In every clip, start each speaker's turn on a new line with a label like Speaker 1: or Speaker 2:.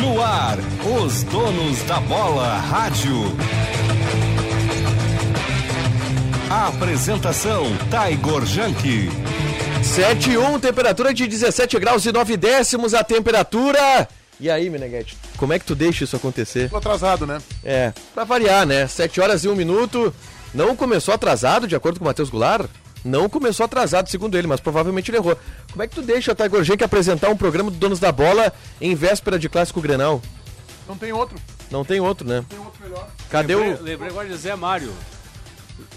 Speaker 1: No ar, os donos da bola rádio. Apresentação Taigor Janke.
Speaker 2: 7 e 1, temperatura de 17 graus e 9 décimos a temperatura. E aí, Meneghete, como é que tu deixa isso acontecer?
Speaker 3: Tô atrasado, né?
Speaker 2: É, pra variar, né? 7 horas e 1 minuto. Não começou atrasado, de acordo com o Matheus Goulart? Não começou atrasado, segundo ele, mas provavelmente ele errou. Como é que tu deixa a Tiger Jake apresentar um programa do Donos da Bola em véspera de Clássico Grenal?
Speaker 3: Não tem outro.
Speaker 2: Não tem outro, né?
Speaker 3: Tem outro melhor.
Speaker 2: Cadê
Speaker 4: Lembrei,
Speaker 2: o
Speaker 4: lembrei agora de Zé Mário.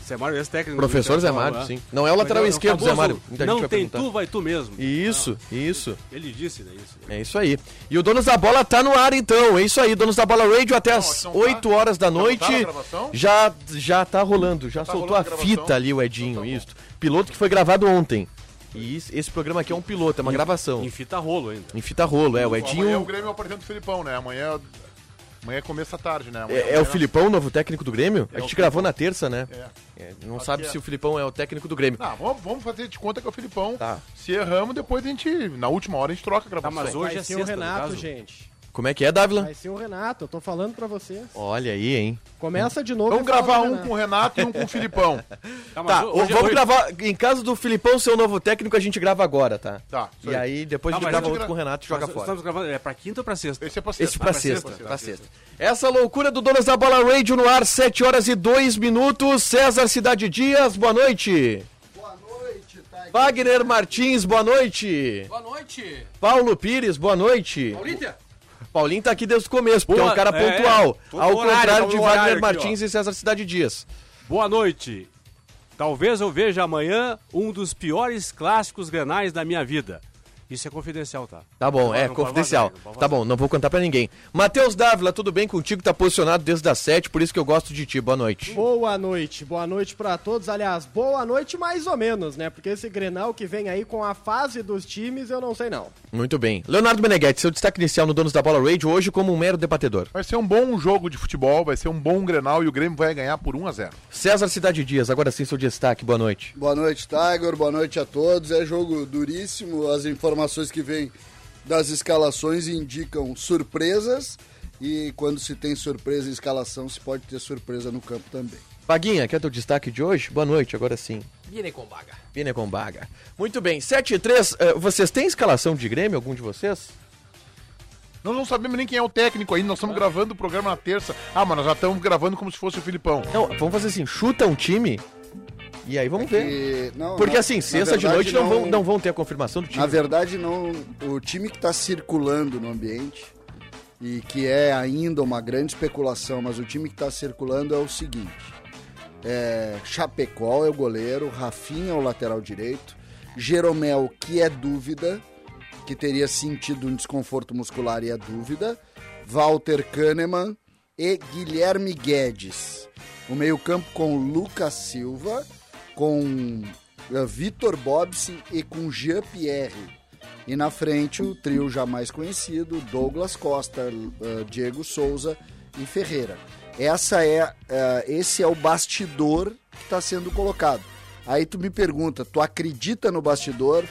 Speaker 4: Zé Mário, esse técnico. do
Speaker 2: professor Zé Mário?
Speaker 4: Internacional, né?
Speaker 2: Sim. Não é o lateral
Speaker 4: Não,
Speaker 2: esquerdo, Zé
Speaker 4: famoso,
Speaker 2: Mário. Muita gente
Speaker 4: Não
Speaker 2: vai
Speaker 4: tem
Speaker 2: perguntar.
Speaker 4: tu, vai tu mesmo.
Speaker 2: Isso, isso.
Speaker 4: Ele disse, né? Isso.
Speaker 2: É isso aí. E o Donos da Bola tá no ar então. É isso aí, Donos da Bola Radio até às
Speaker 3: não tá.
Speaker 2: 8 horas da noite.
Speaker 3: tá na gravação?
Speaker 2: Já já tá rolando, já
Speaker 3: tá
Speaker 2: soltou a
Speaker 3: rolando a gravação?
Speaker 2: fita ali o Edinho,
Speaker 3: Então tá bom.
Speaker 2: isto. Piloto que foi gravado ontem. E is- esse programa aqui é um piloto, é uma gravação.
Speaker 4: Em fita rolo ainda.
Speaker 2: Em fita rolo, é o
Speaker 3: Amanhã o
Speaker 2: Edinho.
Speaker 3: Grêmio apresenta o Filipão, né? Amanhã, amanhã começa a tarde, né? Amanhã-
Speaker 2: É, é o
Speaker 3: amanhã-
Speaker 2: Filipão, o novo técnico do Grêmio? A
Speaker 3: É o
Speaker 2: gente gravou na terça, né?
Speaker 3: É.
Speaker 2: É, Não sabe
Speaker 3: é.
Speaker 2: se o Filipão é o técnico do Grêmio.
Speaker 3: Não, vamos, vamos fazer de conta que é o Filipão.
Speaker 2: Tá.
Speaker 3: Se erramos, depois a gente, na última hora, a gente troca
Speaker 4: Tá,
Speaker 3: a gravação.
Speaker 4: mas hoje
Speaker 5: Vai
Speaker 4: é
Speaker 5: ser
Speaker 4: sexta,
Speaker 5: o Renato,
Speaker 4: no caso.
Speaker 5: gente.
Speaker 2: Como é que é, Dávila?
Speaker 5: Vai ser o Renato, eu tô falando pra vocês.
Speaker 2: Olha aí, hein?
Speaker 5: Começa de
Speaker 2: é
Speaker 5: novo. né?
Speaker 3: Vamos
Speaker 5: e fala
Speaker 3: gravar
Speaker 5: do
Speaker 2: né?
Speaker 3: um
Speaker 5: Renato.
Speaker 3: com o Renato e um com o Filipão.
Speaker 4: Tá, mas
Speaker 2: Tá,
Speaker 4: ho-
Speaker 2: o-
Speaker 4: hoje é-
Speaker 2: vamos
Speaker 4: hoje-
Speaker 2: gravar. Em caso do Filipão ser o novo técnico, a gente grava agora, tá?
Speaker 3: Tá, isso
Speaker 2: E aí depois
Speaker 4: Tá,
Speaker 2: a gente
Speaker 4: mas
Speaker 2: grava
Speaker 4: eu-
Speaker 2: outro com o Renato e joga
Speaker 4: nós
Speaker 2: fora.
Speaker 4: Estamos gravando, é pra quinta ou pra sexta?
Speaker 3: Esse é pra sexta.
Speaker 2: Esse pra
Speaker 3: Ah,
Speaker 2: sexta,
Speaker 3: sexta.
Speaker 2: pra sexta. Essa loucura do Donos da Bola Radio no ar, 7 horas e 2 minutos. César Cidade Dias, boa noite. Boa noite, Wagner Martins, boa noite. Boa noite. Paulo Pires, boa noite. Paulinho, Paulinho tá aqui desde o começo, porque é tá
Speaker 4: Boa-
Speaker 2: um cara
Speaker 4: é, é.
Speaker 2: pontual.
Speaker 4: Tô no
Speaker 2: ao
Speaker 4: horário,
Speaker 2: contrário
Speaker 4: tô
Speaker 2: de
Speaker 4: no
Speaker 2: Wagner
Speaker 4: horário aqui,
Speaker 2: Martins e César Cidade Dias.
Speaker 4: Boa noite. Talvez eu veja amanhã um dos piores clássicos granais da minha vida. Isso é confidencial, tá?
Speaker 2: Tá bom,
Speaker 4: Não
Speaker 2: é
Speaker 4: pode
Speaker 2: confidencial.
Speaker 4: vazar, não pode
Speaker 2: tá
Speaker 4: vazar.
Speaker 2: bom, não vou contar pra ninguém. Matheus Dávila, tudo bem contigo? Tá posicionado desde as 7, por isso que eu gosto de ti. Boa noite.
Speaker 5: Boa noite, boa noite pra todos. Aliás, boa noite mais ou menos, né? Porque esse Grenal que vem aí com a fase dos times, eu não sei não.
Speaker 2: Muito bem. Leonardo Meneghetti, seu destaque inicial no Donos da Bola Radio hoje como um mero debatedor.
Speaker 3: Vai ser um bom jogo de futebol, vai ser um bom Grenal e o Grêmio vai ganhar por 1 a 0
Speaker 2: César Cidade Dias, agora sim seu destaque, boa noite.
Speaker 6: Boa noite, Tiger. Boa noite a todos. É jogo duríssimo. As informações que vêm das escalações indicam surpresas. E quando se tem surpresa em escalação, se pode ter surpresa no campo também.
Speaker 2: Paguinha, quer teu destaque de hoje? Boa noite, agora sim. Vine com baga. Muito bem, 7 e 3, eh, vocês têm escalação de Grêmio, algum de vocês?
Speaker 3: Nós não sabemos nem quem é o técnico ainda, nós estamos gravando o programa na terça. Ah, mas nós já estamos gravando como se fosse o Filipão.
Speaker 2: Não, vamos fazer assim, chuta um time e aí vamos ver.
Speaker 6: E, não,
Speaker 2: Porque
Speaker 6: na-
Speaker 2: assim,
Speaker 6: na
Speaker 2: sexta de noite
Speaker 6: verdade,
Speaker 2: não, vão, não vão ter a confirmação do time.
Speaker 6: Na verdade, não. O time que está circulando no ambiente e que é ainda uma grande especulação, mas o time que está circulando é o seguinte: é, Chapecó é o goleiro, Rafinha é o lateral direito, Jeromel, que é dúvida, que teria sentido um desconforto muscular e é dúvida, Walter Kahneman e Guilherme Guedes. O meio-campo com Lucas Silva, com eh, Vitor Bobson e com Jean Pierre. E na frente o trio jamais conhecido, Douglas Costa, eh, Diego Souza e Ferreira. Essa é, eh, esse é o bastidor que está sendo colocado. Aí tu me pergunta, tu acredita no bastidor?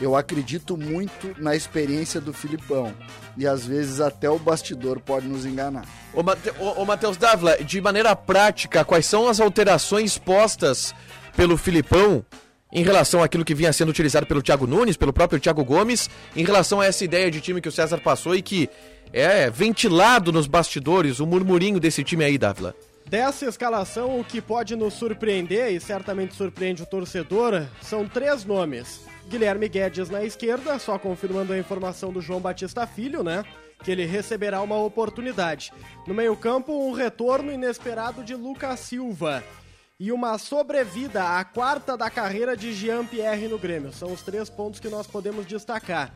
Speaker 6: Eu acredito muito na experiência do Filipão. E às vezes até o bastidor pode nos enganar.
Speaker 2: Ô, Mate... ô, ô, Matheus Dávila, de maneira prática, quais são as alterações postas pelo Filipão em relação àquilo que vinha sendo utilizado pelo Thiago Nunes, pelo próprio Thiago Gomes, em relação a essa ideia de time que o César passou e que é ventilado nos bastidores, o murmurinho desse time aí, Dávila?
Speaker 5: Dessa escalação, o que pode nos surpreender, e certamente surpreende o torcedor, são três nomes. Guilherme Guedes na esquerda, só confirmando a informação do João Batista Filho, né? Que ele receberá uma oportunidade. No meio-campo, um retorno inesperado de Lucas Silva. E uma sobrevida, a quarta da carreira de Jean-Pierre no Grêmio. São os três pontos que nós podemos destacar.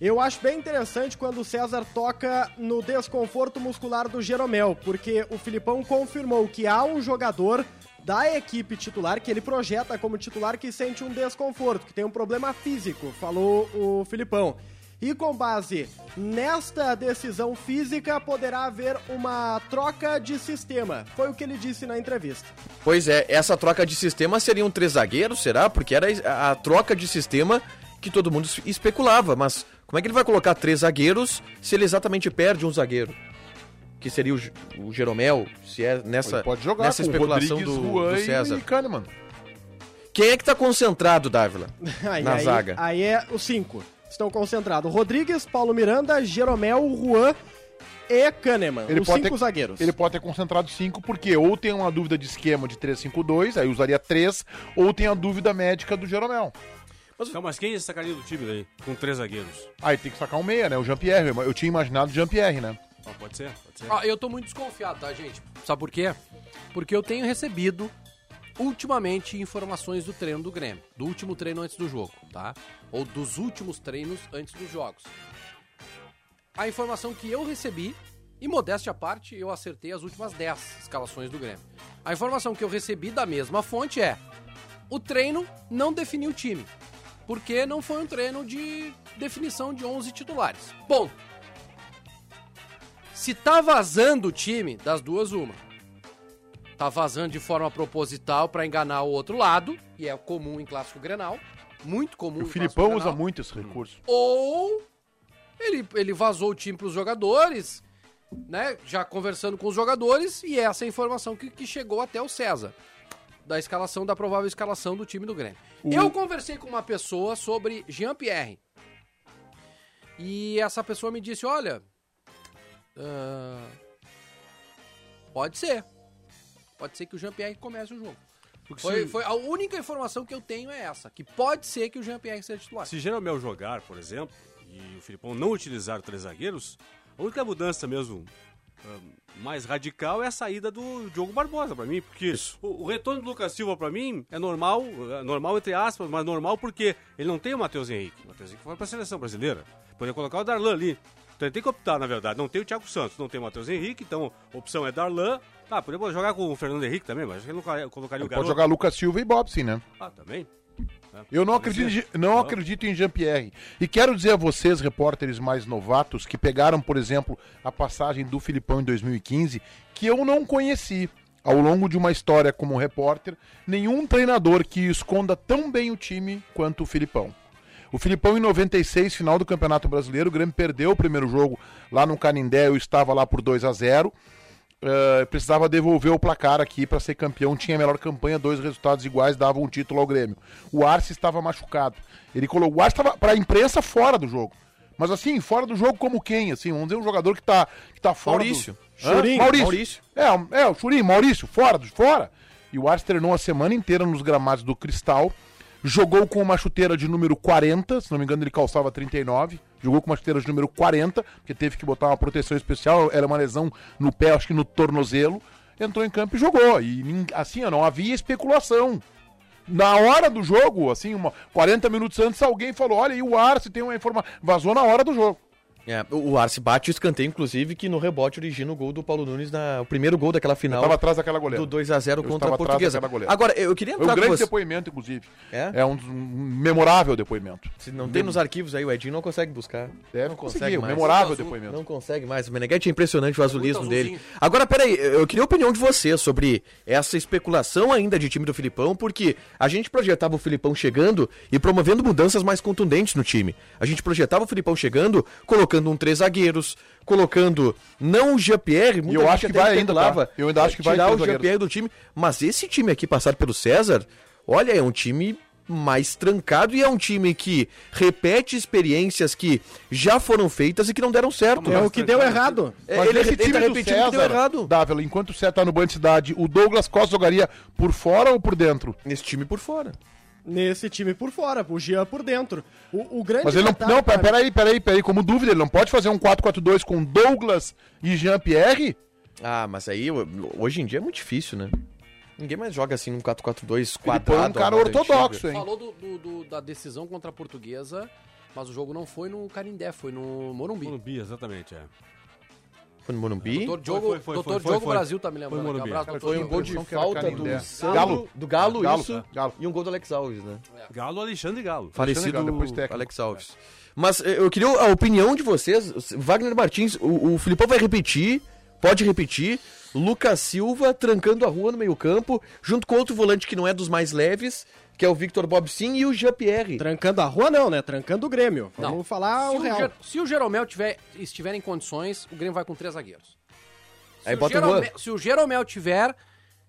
Speaker 5: Eu acho bem interessante quando o César toca no desconforto muscular do Jeromel, porque o Filipão confirmou que há um jogador da equipe titular que ele projeta como titular que sente um desconforto, que tem um problema físico, falou o Filipão. E com base nesta decisão física, poderá haver uma troca de sistema. Foi o que ele disse na entrevista.
Speaker 2: Pois é, essa troca de sistema seria um três zagueiros, será? Porque era a- a troca de sistema que todo mundo es- especulava, mas Como é que ele vai colocar três zagueiros se ele exatamente perde um zagueiro? Que seria o, G- o Jeromel, se é nessa,
Speaker 3: Ele pode jogar
Speaker 2: nessa
Speaker 3: com
Speaker 2: especulação
Speaker 3: Rodrigues,
Speaker 2: do,
Speaker 3: Juan
Speaker 2: do César.
Speaker 3: e Kahneman.
Speaker 2: Quem é que tá concentrado, Dávila?
Speaker 5: Aí,
Speaker 2: Na
Speaker 5: aí-
Speaker 2: zaga.
Speaker 5: Aí é os cinco. Estão concentrados. Rodrigues, Paulo Miranda, Jeromel, Juan e Kahneman.
Speaker 3: Ele
Speaker 5: os
Speaker 3: pode
Speaker 5: cinco
Speaker 3: ter-
Speaker 5: zagueiros.
Speaker 3: Ele pode ter concentrado cinco, porque ou tem uma dúvida de esquema de 3-5-2, aí usaria três, ou tem a dúvida médica do Jeromel.
Speaker 4: Então, mas quem sacaria do time daí? Com três zagueiros.
Speaker 3: Aí tem que sacar um meia, né? O Jean-Pierre. Eu eu tinha imaginado o Jean-Pierre, né?
Speaker 4: Ó, pode ser, pode ser.
Speaker 7: Ah, eu tô muito desconfiado, tá, gente? Sabe por quê? Porque eu tenho recebido ultimamente informações do treino do Grêmio, do último treino antes do jogo, tá? Ou dos últimos treinos antes dos jogos. A informação que eu recebi, e modéstia à parte, eu acertei as últimas 10 escalações do Grêmio. A informação que eu recebi da mesma fonte é: o treino não definiu o time, porque não foi um treino de definição de 11 titulares. Ponto. Se tá vazando o time, das duas, uma. Tá vazando de forma proposital pra enganar o outro lado, e é comum em clássico Grenal, muito comum
Speaker 3: O
Speaker 7: em
Speaker 3: Filipão
Speaker 7: Clássico
Speaker 3: usa
Speaker 7: Grenal.
Speaker 3: muito esse recurso.
Speaker 7: Ou ele, ele vazou o time pros jogadores, né? Já conversando com os jogadores, e essa é a informação que, que chegou até o César. Da escalação, da provável escalação do time do Grêmio. Eu conversei com uma pessoa sobre Jean-Pierre. E essa pessoa me disse: olha. ah, pode ser. Pode ser que o Jean-Pierre comece o jogo.
Speaker 4: Porque
Speaker 7: Foi,
Speaker 4: se,
Speaker 7: foi a única informação que eu tenho é essa: que pode ser que o Jean-Pierre seja titular.
Speaker 4: se Jeromel jogar, por exemplo, e o Filipão não utilizar três zagueiros, a única mudança mesmo ah, mais radical é a saída do Diogo Barbosa pra mim, porque o, o retorno do Lucas Silva pra mim é normal, é normal entre aspas, mas normal porque ele não tem o Matheus Henrique. O Matheus Henrique foi pra seleção brasileira. Poderia colocar o Darlan ali. Então ele tem que optar, na verdade. Não tem o Thiago Santos, não tem o Matheus Henrique, então a opção é Darlan. Ah, poderia jogar com o Fernando Henrique também, mas acho que ele não colocaria- colocaria o
Speaker 3: Pode
Speaker 4: garoto.
Speaker 3: jogar Lucas Silva e Bobson, né?
Speaker 4: Ah, também. Tá,
Speaker 3: Eu não acredito, em Ge- não acredito em Jean-Pierre. E quero dizer a vocês, repórteres mais novatos, que pegaram, por exemplo, a passagem do Filipão em 2015, que eu não conheci. Ao longo de uma história como repórter, nenhum treinador que esconda tão bem o time quanto o Filipão. O Filipão, em 96, final do Campeonato Brasileiro, o Grêmio perdeu o primeiro jogo lá no Canindé, eu estava lá por 2 a 0 eh, precisava devolver o placar aqui para ser campeão. Tinha a melhor campanha, dois resultados iguais davam um título ao Grêmio. O Arce estava machucado. Ele colocou. O Arce estava para a imprensa fora do jogo. Mas assim, fora do jogo como quem? Assim, vamos dizer um jogador que tá, que tá fora
Speaker 2: Maurício.
Speaker 3: do... Hã?
Speaker 2: Churinho.
Speaker 3: Maurício.
Speaker 2: Maurício.
Speaker 3: É, um- é, o Churinho, Maurício, fora, do- fora. E o Arce treinou a semana inteira nos gramados do Cristal. Jogou com uma chuteira de número 40, se não me engano ele calçava 39. Jogou com uma chuteira de número 40, porque teve que botar uma proteção especial, era uma lesão no pé, acho que no tornozelo. Entrou em campo e jogou. E nin- assim, ó, não havia especulação. Na hora do jogo, assim, uma 40 minutos antes, alguém falou: olha, e o Arce tem uma informação. Vazou na hora do jogo.
Speaker 2: É, o o Arce bate o escanteio, inclusive, que no rebote origina o gol do Paulo Nunes, na, o primeiro gol daquela final
Speaker 3: Tava atrás daquela goleira.
Speaker 2: do 2x0 contra
Speaker 3: estava
Speaker 2: a
Speaker 3: atrás
Speaker 2: Portuguesa.
Speaker 3: daquela goleada.
Speaker 2: Agora, eu queria
Speaker 3: Foi um
Speaker 2: entrar com
Speaker 3: grande
Speaker 2: você.
Speaker 3: depoimento, inclusive.
Speaker 2: É?
Speaker 3: É um, dos- um memorável depoimento.
Speaker 2: Se não tem nos arquivos aí, o Edinho não consegue buscar.
Speaker 3: É,
Speaker 2: não
Speaker 3: Um conseguiu,
Speaker 2: consegue mais.
Speaker 3: memorável depoimento.
Speaker 2: Não consegue mais. O Meneghetti é impressionante o azulismo
Speaker 7: muito
Speaker 2: dele.
Speaker 7: azulzinho.
Speaker 2: Agora, peraí, eu queria a opinião de você sobre essa especulação ainda de time do Filipão, porque a gente projetava o Filipão chegando e promovendo mudanças mais contundentes no time. A gente projetava o Filipão chegando, colocando um três zagueiros, colocando não o Jean-Pierre, muita
Speaker 3: eu
Speaker 2: gente
Speaker 3: acho que
Speaker 2: até
Speaker 3: vai ainda,
Speaker 2: especulava,
Speaker 3: tá? Eu ainda acho que vai
Speaker 2: tirar
Speaker 3: três
Speaker 2: o Jean-Pierre do time, mas esse time aqui passado pelo César, olha, é um time mais trancado e é um time que repete experiências que já foram feitas e que não deram certo.
Speaker 5: É o que deu errado.
Speaker 2: É,
Speaker 3: Mas
Speaker 2: ele,
Speaker 3: esse
Speaker 2: ele
Speaker 3: time
Speaker 2: tá
Speaker 3: do
Speaker 2: repetindo o que deu
Speaker 3: César,
Speaker 2: errado.
Speaker 3: Dávila, enquanto o César tá no banho de cidade, o Douglas Costa jogaria por fora ou por dentro?
Speaker 2: Nesse time por fora.
Speaker 5: Nesse time por fora, o Jean por dentro. O, o grande
Speaker 3: Mas ele não.
Speaker 5: detalhe
Speaker 3: Não,
Speaker 5: pra
Speaker 3: pera- peraí,
Speaker 5: mim-
Speaker 3: peraí, peraí. Como dúvida, ele não pode fazer um 4-4-2 com Douglas e Jean-Pierre?
Speaker 2: Ah, mas aí eu- hoje em dia é muito difícil, né? Ninguém mais joga assim num 4-4-2
Speaker 3: Filipão é um
Speaker 2: quadrado.
Speaker 3: cara
Speaker 2: à moda
Speaker 3: ortodoxo, hein?
Speaker 7: Falou do- do- do- da decisão contra a portuguesa, mas o jogo não foi no Canindé, foi no Morumbi.
Speaker 4: Morumbi, exatamente, é.
Speaker 2: antiga. Foi no Morumbi.
Speaker 7: Doutor Diogo,
Speaker 4: foi, foi,
Speaker 7: Doutor
Speaker 4: foi, foi,
Speaker 7: Diogo
Speaker 4: foi.
Speaker 7: Brasil tá me
Speaker 4: Foi
Speaker 7: lembrando. aqui. Um
Speaker 4: Morumbi.
Speaker 7: abraço,
Speaker 3: Cara,
Speaker 7: doutor
Speaker 3: foi um
Speaker 7: Diogo.
Speaker 3: gol de falta do
Speaker 2: Sandro-
Speaker 3: Galo.
Speaker 2: do Galo,
Speaker 3: Galo,
Speaker 2: isso.
Speaker 3: tá. Galo.
Speaker 2: E um gol do Alex Alves, né?
Speaker 4: Galo Alexandre Galo.
Speaker 2: Falecido
Speaker 3: Galo, Tá depois técnico.
Speaker 2: Alex Alves. Mas eh, eu queria a opinião de vocês. Wagner Martins, o, o Filipão vai repetir Pode repetir. Lucas Silva trancando a rua no meio-campo, junto com outro volante que não é dos mais leves, que é o Victor Bob Sim e o Jean-Pierre.
Speaker 5: Trancando a rua não, né? Trancando o Grêmio. Vamos
Speaker 7: Não.
Speaker 5: falar
Speaker 7: se
Speaker 5: o real.
Speaker 7: Ger- se o Jeromel tiver, estiver em condições, o Grêmio vai com três zagueiros. Se
Speaker 2: Aí
Speaker 7: o
Speaker 2: bota o
Speaker 7: Jerome-
Speaker 2: Juan.
Speaker 7: Se o Jeromel tiver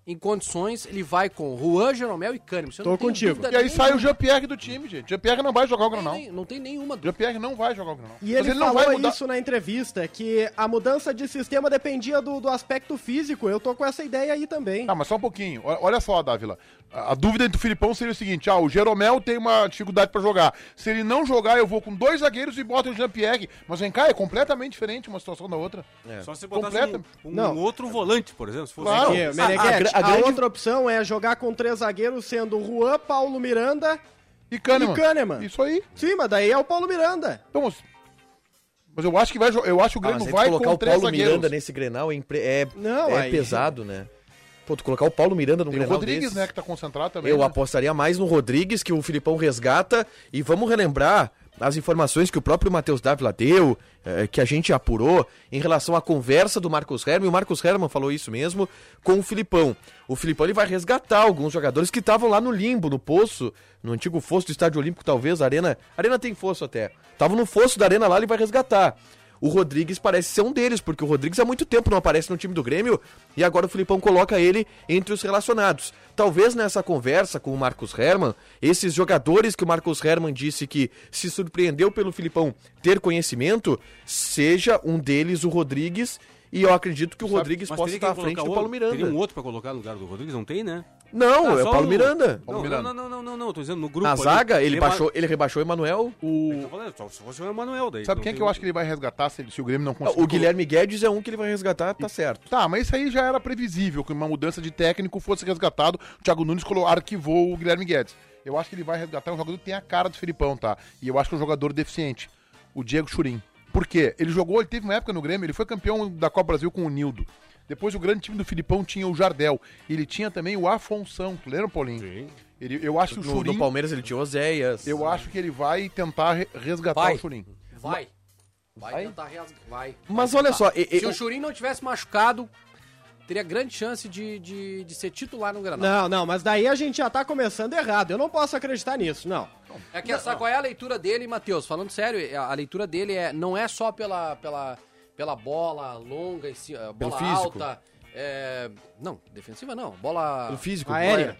Speaker 7: em condições, ele vai com Juan, Jeromel e Cânimo. Isso eu
Speaker 5: Tô
Speaker 7: não tenho
Speaker 5: contigo.
Speaker 7: dúvida
Speaker 3: E aí
Speaker 7: nenhuma.
Speaker 3: sai o Jean-Pierre do time, gente. Jean-Pierre não vai jogar o
Speaker 7: Não tem
Speaker 3: Granal.
Speaker 7: nem- Não tem nenhuma dúvida.
Speaker 3: Jean-Pierre não vai jogar o Granal.
Speaker 5: E ele, falou isso na entrevista, que a mudança de sistema dependia do, do aspecto físico. Eu tô com essa ideia aí também.
Speaker 3: Tá, mas só um pouquinho. Olha, olha só, Dávila. A, a dúvida entre o Filipão seria o seguinte: ah, o Jeromel tem uma dificuldade pra jogar. Se ele não jogar, eu vou com dois zagueiros e boto o Jean-Pierre. Mas vem cá, é completamente diferente uma situação da outra.
Speaker 2: É.
Speaker 4: Só se botasse
Speaker 3: Completa.
Speaker 4: um, um
Speaker 5: Não.
Speaker 4: outro volante, por exemplo. Se fosse
Speaker 3: Claro.
Speaker 5: Porque,
Speaker 2: a
Speaker 5: Meneghete, a,
Speaker 2: grande-
Speaker 5: outra opção é jogar com três zagueiros, sendo Juan, Paulo Miranda.
Speaker 3: E Kahneman.
Speaker 5: E Kahneman.
Speaker 3: Isso aí.
Speaker 5: Sim, mas daí é o Paulo Miranda.
Speaker 3: Então, mas, mas eu acho que vai jo- Eu acho que o
Speaker 2: Ah, mas
Speaker 3: Grêmio
Speaker 2: aí tu
Speaker 3: vai
Speaker 2: colocar
Speaker 3: com
Speaker 2: o
Speaker 3: três
Speaker 2: Paulo
Speaker 3: zagueiros.
Speaker 2: Miranda nesse Grenal é, impre- é,
Speaker 5: Não,
Speaker 2: é
Speaker 5: aí-
Speaker 2: pesado, né? Pô, tu colocar o Paulo Miranda num
Speaker 3: Tem o
Speaker 2: Grenal
Speaker 3: Rodrigues,
Speaker 2: desses,
Speaker 3: né, que tá concentrado também.
Speaker 2: Eu
Speaker 3: né?
Speaker 2: apostaria mais no Rodrigues, que o Filipão resgata. E vamos relembrar as informações que o próprio Matheus Dávila deu, eh, que a gente apurou, em relação à conversa do Marcos Herman. E o Marcos Herman falou isso mesmo com o Filipão. O Filipão ele vai resgatar alguns jogadores que estavam lá no limbo, no poço, no antigo fosso do Estádio Olímpico, talvez. A Arena, a Arena tem fosso até. Estavam no fosso da Arena lá, ele vai resgatar. O Rodrigues parece ser um deles, porque o Rodrigues há muito tempo não aparece no time do Grêmio e agora o Filipão coloca ele entre os relacionados. Talvez nessa conversa com o Marcos Herman, esses jogadores que o Marcos Herman disse que se surpreendeu pelo Filipão ter conhecimento, seja um deles o Rodrigues. E eu acredito que o Rodrigues
Speaker 4: Mas
Speaker 2: possa
Speaker 4: teria
Speaker 2: estar à
Speaker 4: que
Speaker 2: frente
Speaker 4: colocar
Speaker 2: do Paulo
Speaker 4: outro.
Speaker 2: Miranda.
Speaker 4: Teria um outro pra colocar no lugar do Rodrigues? Não tem, né?
Speaker 2: Não,
Speaker 4: Ah,
Speaker 2: é o
Speaker 4: só
Speaker 2: Paulo
Speaker 4: o-
Speaker 2: Miranda.
Speaker 4: Não, não, não, não, não, não, não, tô dizendo no grupo.
Speaker 2: Na
Speaker 4: ali.
Speaker 2: zaga, ele,
Speaker 4: Tem
Speaker 2: baixou, ele rebaixou o Emanuel.
Speaker 4: uma- Eu tô falando, Só se fosse o Emanuel daí.
Speaker 3: Sabe
Speaker 4: não
Speaker 3: quem
Speaker 4: tem
Speaker 3: que eu acho que
Speaker 4: outro.
Speaker 3: ele vai resgatar se, ele- se o Grêmio não conseguir?
Speaker 2: Ah, O Guilherme Guedes é um que ele vai resgatar, tá certo.
Speaker 3: Tá, mas isso aí já era previsível que uma mudança de técnico fosse resgatado. O Thiago Nunes colo- arquivou o Guilherme Guedes. Eu acho que ele vai resgatar um jogador que tem a cara do Filipão, tá? E eu acho que é um jogador deficiente. O Diego Churin. Por quê? Ele jogou, ele teve uma época no Grêmio, ele foi campeão da Copa Brasil com o Nildo. Depois o grande time do Filipão tinha o Jardel. Ele tinha também o Afonso Tu lembra, Paulinho? Sim. Ele, eu acho que o
Speaker 2: No,
Speaker 3: Churin.
Speaker 2: no Palmeiras ele tinha o Oséias.
Speaker 3: Eu acho que ele vai tentar re- resgatar
Speaker 7: Vai.
Speaker 3: o Churin.
Speaker 7: Vai. Vai, tentar rasgar. Vai.
Speaker 2: Mas
Speaker 7: Vai
Speaker 2: olha só,
Speaker 7: tentar.
Speaker 2: e- e-
Speaker 7: se o Churin não tivesse machucado, teria grande chance de, de, de ser titular no Granal.
Speaker 5: Não, não, mas daí a gente já tá começando errado. Eu não posso acreditar nisso, não.
Speaker 7: É que essa, qual é a leitura dele, Matheus? Falando sério, a a leitura dele é, não é só pela, pela, pela bola longa, em si- eh, bola
Speaker 2: físico.
Speaker 7: alta. é, não, defensiva não. Bola.
Speaker 2: O físico.
Speaker 5: Aérea.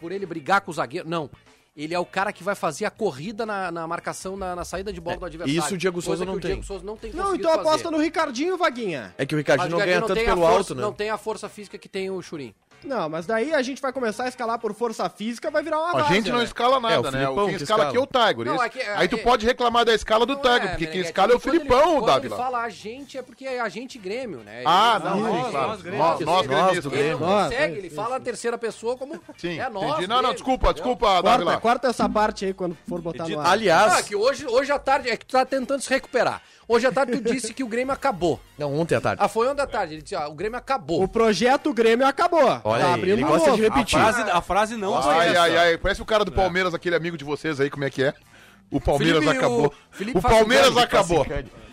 Speaker 7: Por ele brigar com o zagueiro. Não. Ele é o cara que vai fazer a corrida na, na marcação, na, na saída de bola do adversário.
Speaker 2: isso o Diego
Speaker 7: Coisa
Speaker 2: Souza
Speaker 7: que
Speaker 2: não
Speaker 7: o
Speaker 2: tem.
Speaker 7: Diego Souza não tem
Speaker 5: Não,
Speaker 7: conseguido
Speaker 5: então aposta
Speaker 7: fazer.
Speaker 5: no Ricardinho, Vaguinha.
Speaker 2: É que o Ricardinho não
Speaker 7: Mas o
Speaker 2: ganha
Speaker 7: Diego não
Speaker 2: tanto
Speaker 7: tem a
Speaker 2: pelo
Speaker 7: força-
Speaker 2: alto, né?
Speaker 7: Não tem a força física que tem o Churin.
Speaker 5: Não, mas daí a gente vai começar a escalar por força física, vai virar uma
Speaker 3: A
Speaker 5: várzea,
Speaker 3: gente não
Speaker 5: né?
Speaker 3: escala nada,
Speaker 2: É, o
Speaker 3: né?
Speaker 2: Filipão
Speaker 3: Quem
Speaker 2: que
Speaker 3: escala
Speaker 2: escala.
Speaker 3: aqui é o Tiger.
Speaker 7: Não,
Speaker 3: Esse-
Speaker 7: é que- é
Speaker 3: aí tu
Speaker 7: que-
Speaker 3: pode reclamar da escala do Tiger, porque quem
Speaker 7: Meneghete,
Speaker 3: escala é o
Speaker 7: quando ele-
Speaker 3: Filipão,
Speaker 7: quando
Speaker 3: Dávila.
Speaker 7: Ele fala a gente, é porque é a gente Grêmio, né?
Speaker 3: Ah,
Speaker 7: Ele-
Speaker 3: não,
Speaker 7: ele-
Speaker 3: sim,
Speaker 4: nós,
Speaker 3: claro.
Speaker 4: nós,
Speaker 3: Nós, nós,
Speaker 2: Grêmio.
Speaker 3: gremistas.
Speaker 2: Nós,
Speaker 7: Ele não
Speaker 2: Grêmio.
Speaker 5: Nós,
Speaker 7: consegue,
Speaker 5: é,
Speaker 7: ele fala a terceira pessoa como
Speaker 3: Sim,
Speaker 7: é nós.
Speaker 3: entendi. Não, não,
Speaker 7: Grêmio,
Speaker 3: desculpa,
Speaker 7: entendeu?
Speaker 3: desculpa,
Speaker 5: Corta,
Speaker 3: Dávila.
Speaker 5: corta essa parte aí quando for botar no ar.
Speaker 7: Ah,
Speaker 2: Aliás,
Speaker 7: que hoje, hoje à tarde, é que tu tá tentando se recuperar. Hoje à tarde tu disse que o Grêmio acabou.
Speaker 2: não, ontem à tarde.
Speaker 7: Ah, foi ontem à tarde, ele disse, ó, o Grêmio acabou.
Speaker 5: O projeto Grêmio acabou.
Speaker 2: Olha aí, ele
Speaker 5: um
Speaker 2: gosta de
Speaker 5: novo.
Speaker 4: A
Speaker 2: repetir.
Speaker 4: frase, a frase não é foi
Speaker 3: Ai,
Speaker 4: essa.
Speaker 3: ai, ai. Parece o cara do Palmeiras, aquele amigo de vocês aí, como é que é? O Palmeiras
Speaker 7: Felipe,
Speaker 3: acabou.
Speaker 7: o Felipe
Speaker 3: O
Speaker 7: faz
Speaker 3: Palmeiras
Speaker 7: um grande
Speaker 3: acabou.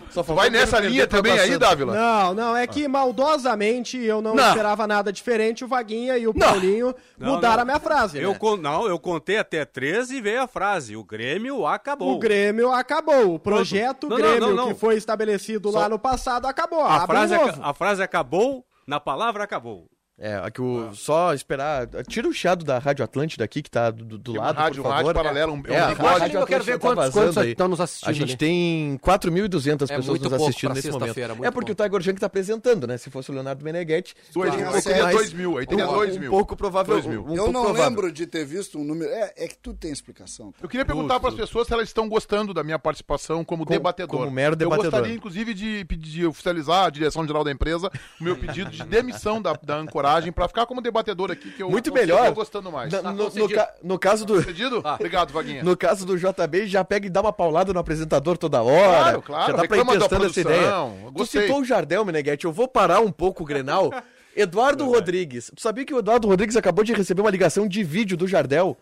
Speaker 2: Só faltou
Speaker 3: Vai
Speaker 2: o Grêmio
Speaker 3: nessa
Speaker 2: perder
Speaker 3: linha
Speaker 2: pra
Speaker 3: também aí,
Speaker 2: Santos.
Speaker 3: Dávila?
Speaker 5: Não, não, é
Speaker 4: Ah.
Speaker 5: que maldosamente eu não,
Speaker 2: Não.
Speaker 5: esperava nada diferente. O Vaguinha e o Paulinho
Speaker 4: Não,
Speaker 5: mudaram
Speaker 4: não.
Speaker 5: a minha frase.
Speaker 4: Eu
Speaker 5: né?
Speaker 4: con- Não, eu contei até 13 e veio a frase. O Grêmio acabou.
Speaker 5: O Grêmio acabou. O projeto
Speaker 4: Não, não,
Speaker 5: Grêmio
Speaker 4: não, não.
Speaker 5: que foi estabelecido lá no passado acabou.
Speaker 4: a,
Speaker 5: Abre
Speaker 4: frase é
Speaker 5: um
Speaker 4: aca-
Speaker 5: novo.
Speaker 4: a frase acabou na palavra acabou.
Speaker 2: É, aqui o, só esperar. Tira o chiado da Rádio Atlântida aqui, que tá do, do
Speaker 7: um
Speaker 3: uma
Speaker 2: lado.
Speaker 3: rádio-
Speaker 2: por
Speaker 3: uma
Speaker 2: favor.
Speaker 3: rádio paralela, um-
Speaker 2: é,
Speaker 3: um
Speaker 2: a
Speaker 3: bigode.
Speaker 2: rádio
Speaker 7: Ali eu quero
Speaker 2: Atlântida
Speaker 7: ver
Speaker 2: tá
Speaker 7: quantos-
Speaker 2: vazando
Speaker 7: quantos
Speaker 2: aí.
Speaker 7: estão nos assistindo
Speaker 2: A gente
Speaker 7: ali.
Speaker 2: tem 4.200
Speaker 7: É
Speaker 2: pessoas
Speaker 7: muito
Speaker 2: nos
Speaker 7: pouco
Speaker 2: assistindo
Speaker 7: pra
Speaker 2: nesse momento.
Speaker 7: sexta-feira, muito
Speaker 2: É porque
Speaker 7: pouco.
Speaker 2: o Tiger Junk tá apresentando, né? Se fosse o Leonardo Meneghetti.
Speaker 3: Dois
Speaker 2: um
Speaker 3: mil,
Speaker 2: pouco
Speaker 3: aí
Speaker 7: é
Speaker 3: teria
Speaker 2: mais-
Speaker 3: dois mil, aí teria
Speaker 2: um-
Speaker 3: dois
Speaker 2: Um
Speaker 3: mil.
Speaker 2: pouco provável.
Speaker 3: Dois mil.
Speaker 2: um- um
Speaker 6: Eu
Speaker 2: pouco
Speaker 6: não
Speaker 2: provável.
Speaker 6: lembro de ter visto um número. É, é que tudo tem explicação. tá?
Speaker 3: Eu queria perguntar para as pessoas se elas estão gostando da minha participação como
Speaker 2: Como-
Speaker 3: debatedor.
Speaker 2: como mero debatedor.
Speaker 3: Eu gostaria, inclusive, de, pedir, de oficializar a direção geral da empresa o meu pedido de demissão da, da ancoragem para ficar como debatedor aqui, que eu
Speaker 2: Muito
Speaker 3: eu
Speaker 2: melhor.
Speaker 3: tô gostando mais.
Speaker 2: Na-
Speaker 3: Tá
Speaker 2: no, no,
Speaker 7: concedido.
Speaker 2: ca- no caso do.
Speaker 3: Entendido? Obrigado, Vaguinha.
Speaker 2: No caso do JB, já pega e dá uma paulada no apresentador toda hora.
Speaker 3: Claro, claro,
Speaker 2: Já dá pra ir
Speaker 3: reclama da
Speaker 2: testando essa
Speaker 3: produção,
Speaker 2: ideia. Tu
Speaker 3: eu gostei.
Speaker 2: citou o Jardel, Meneghetti. Eu vou parar um pouco o Grenal. Eduardo Rodrigues. Tu sabia que o Eduardo Rodrigues acabou de receber uma ligação de vídeo do Jardel?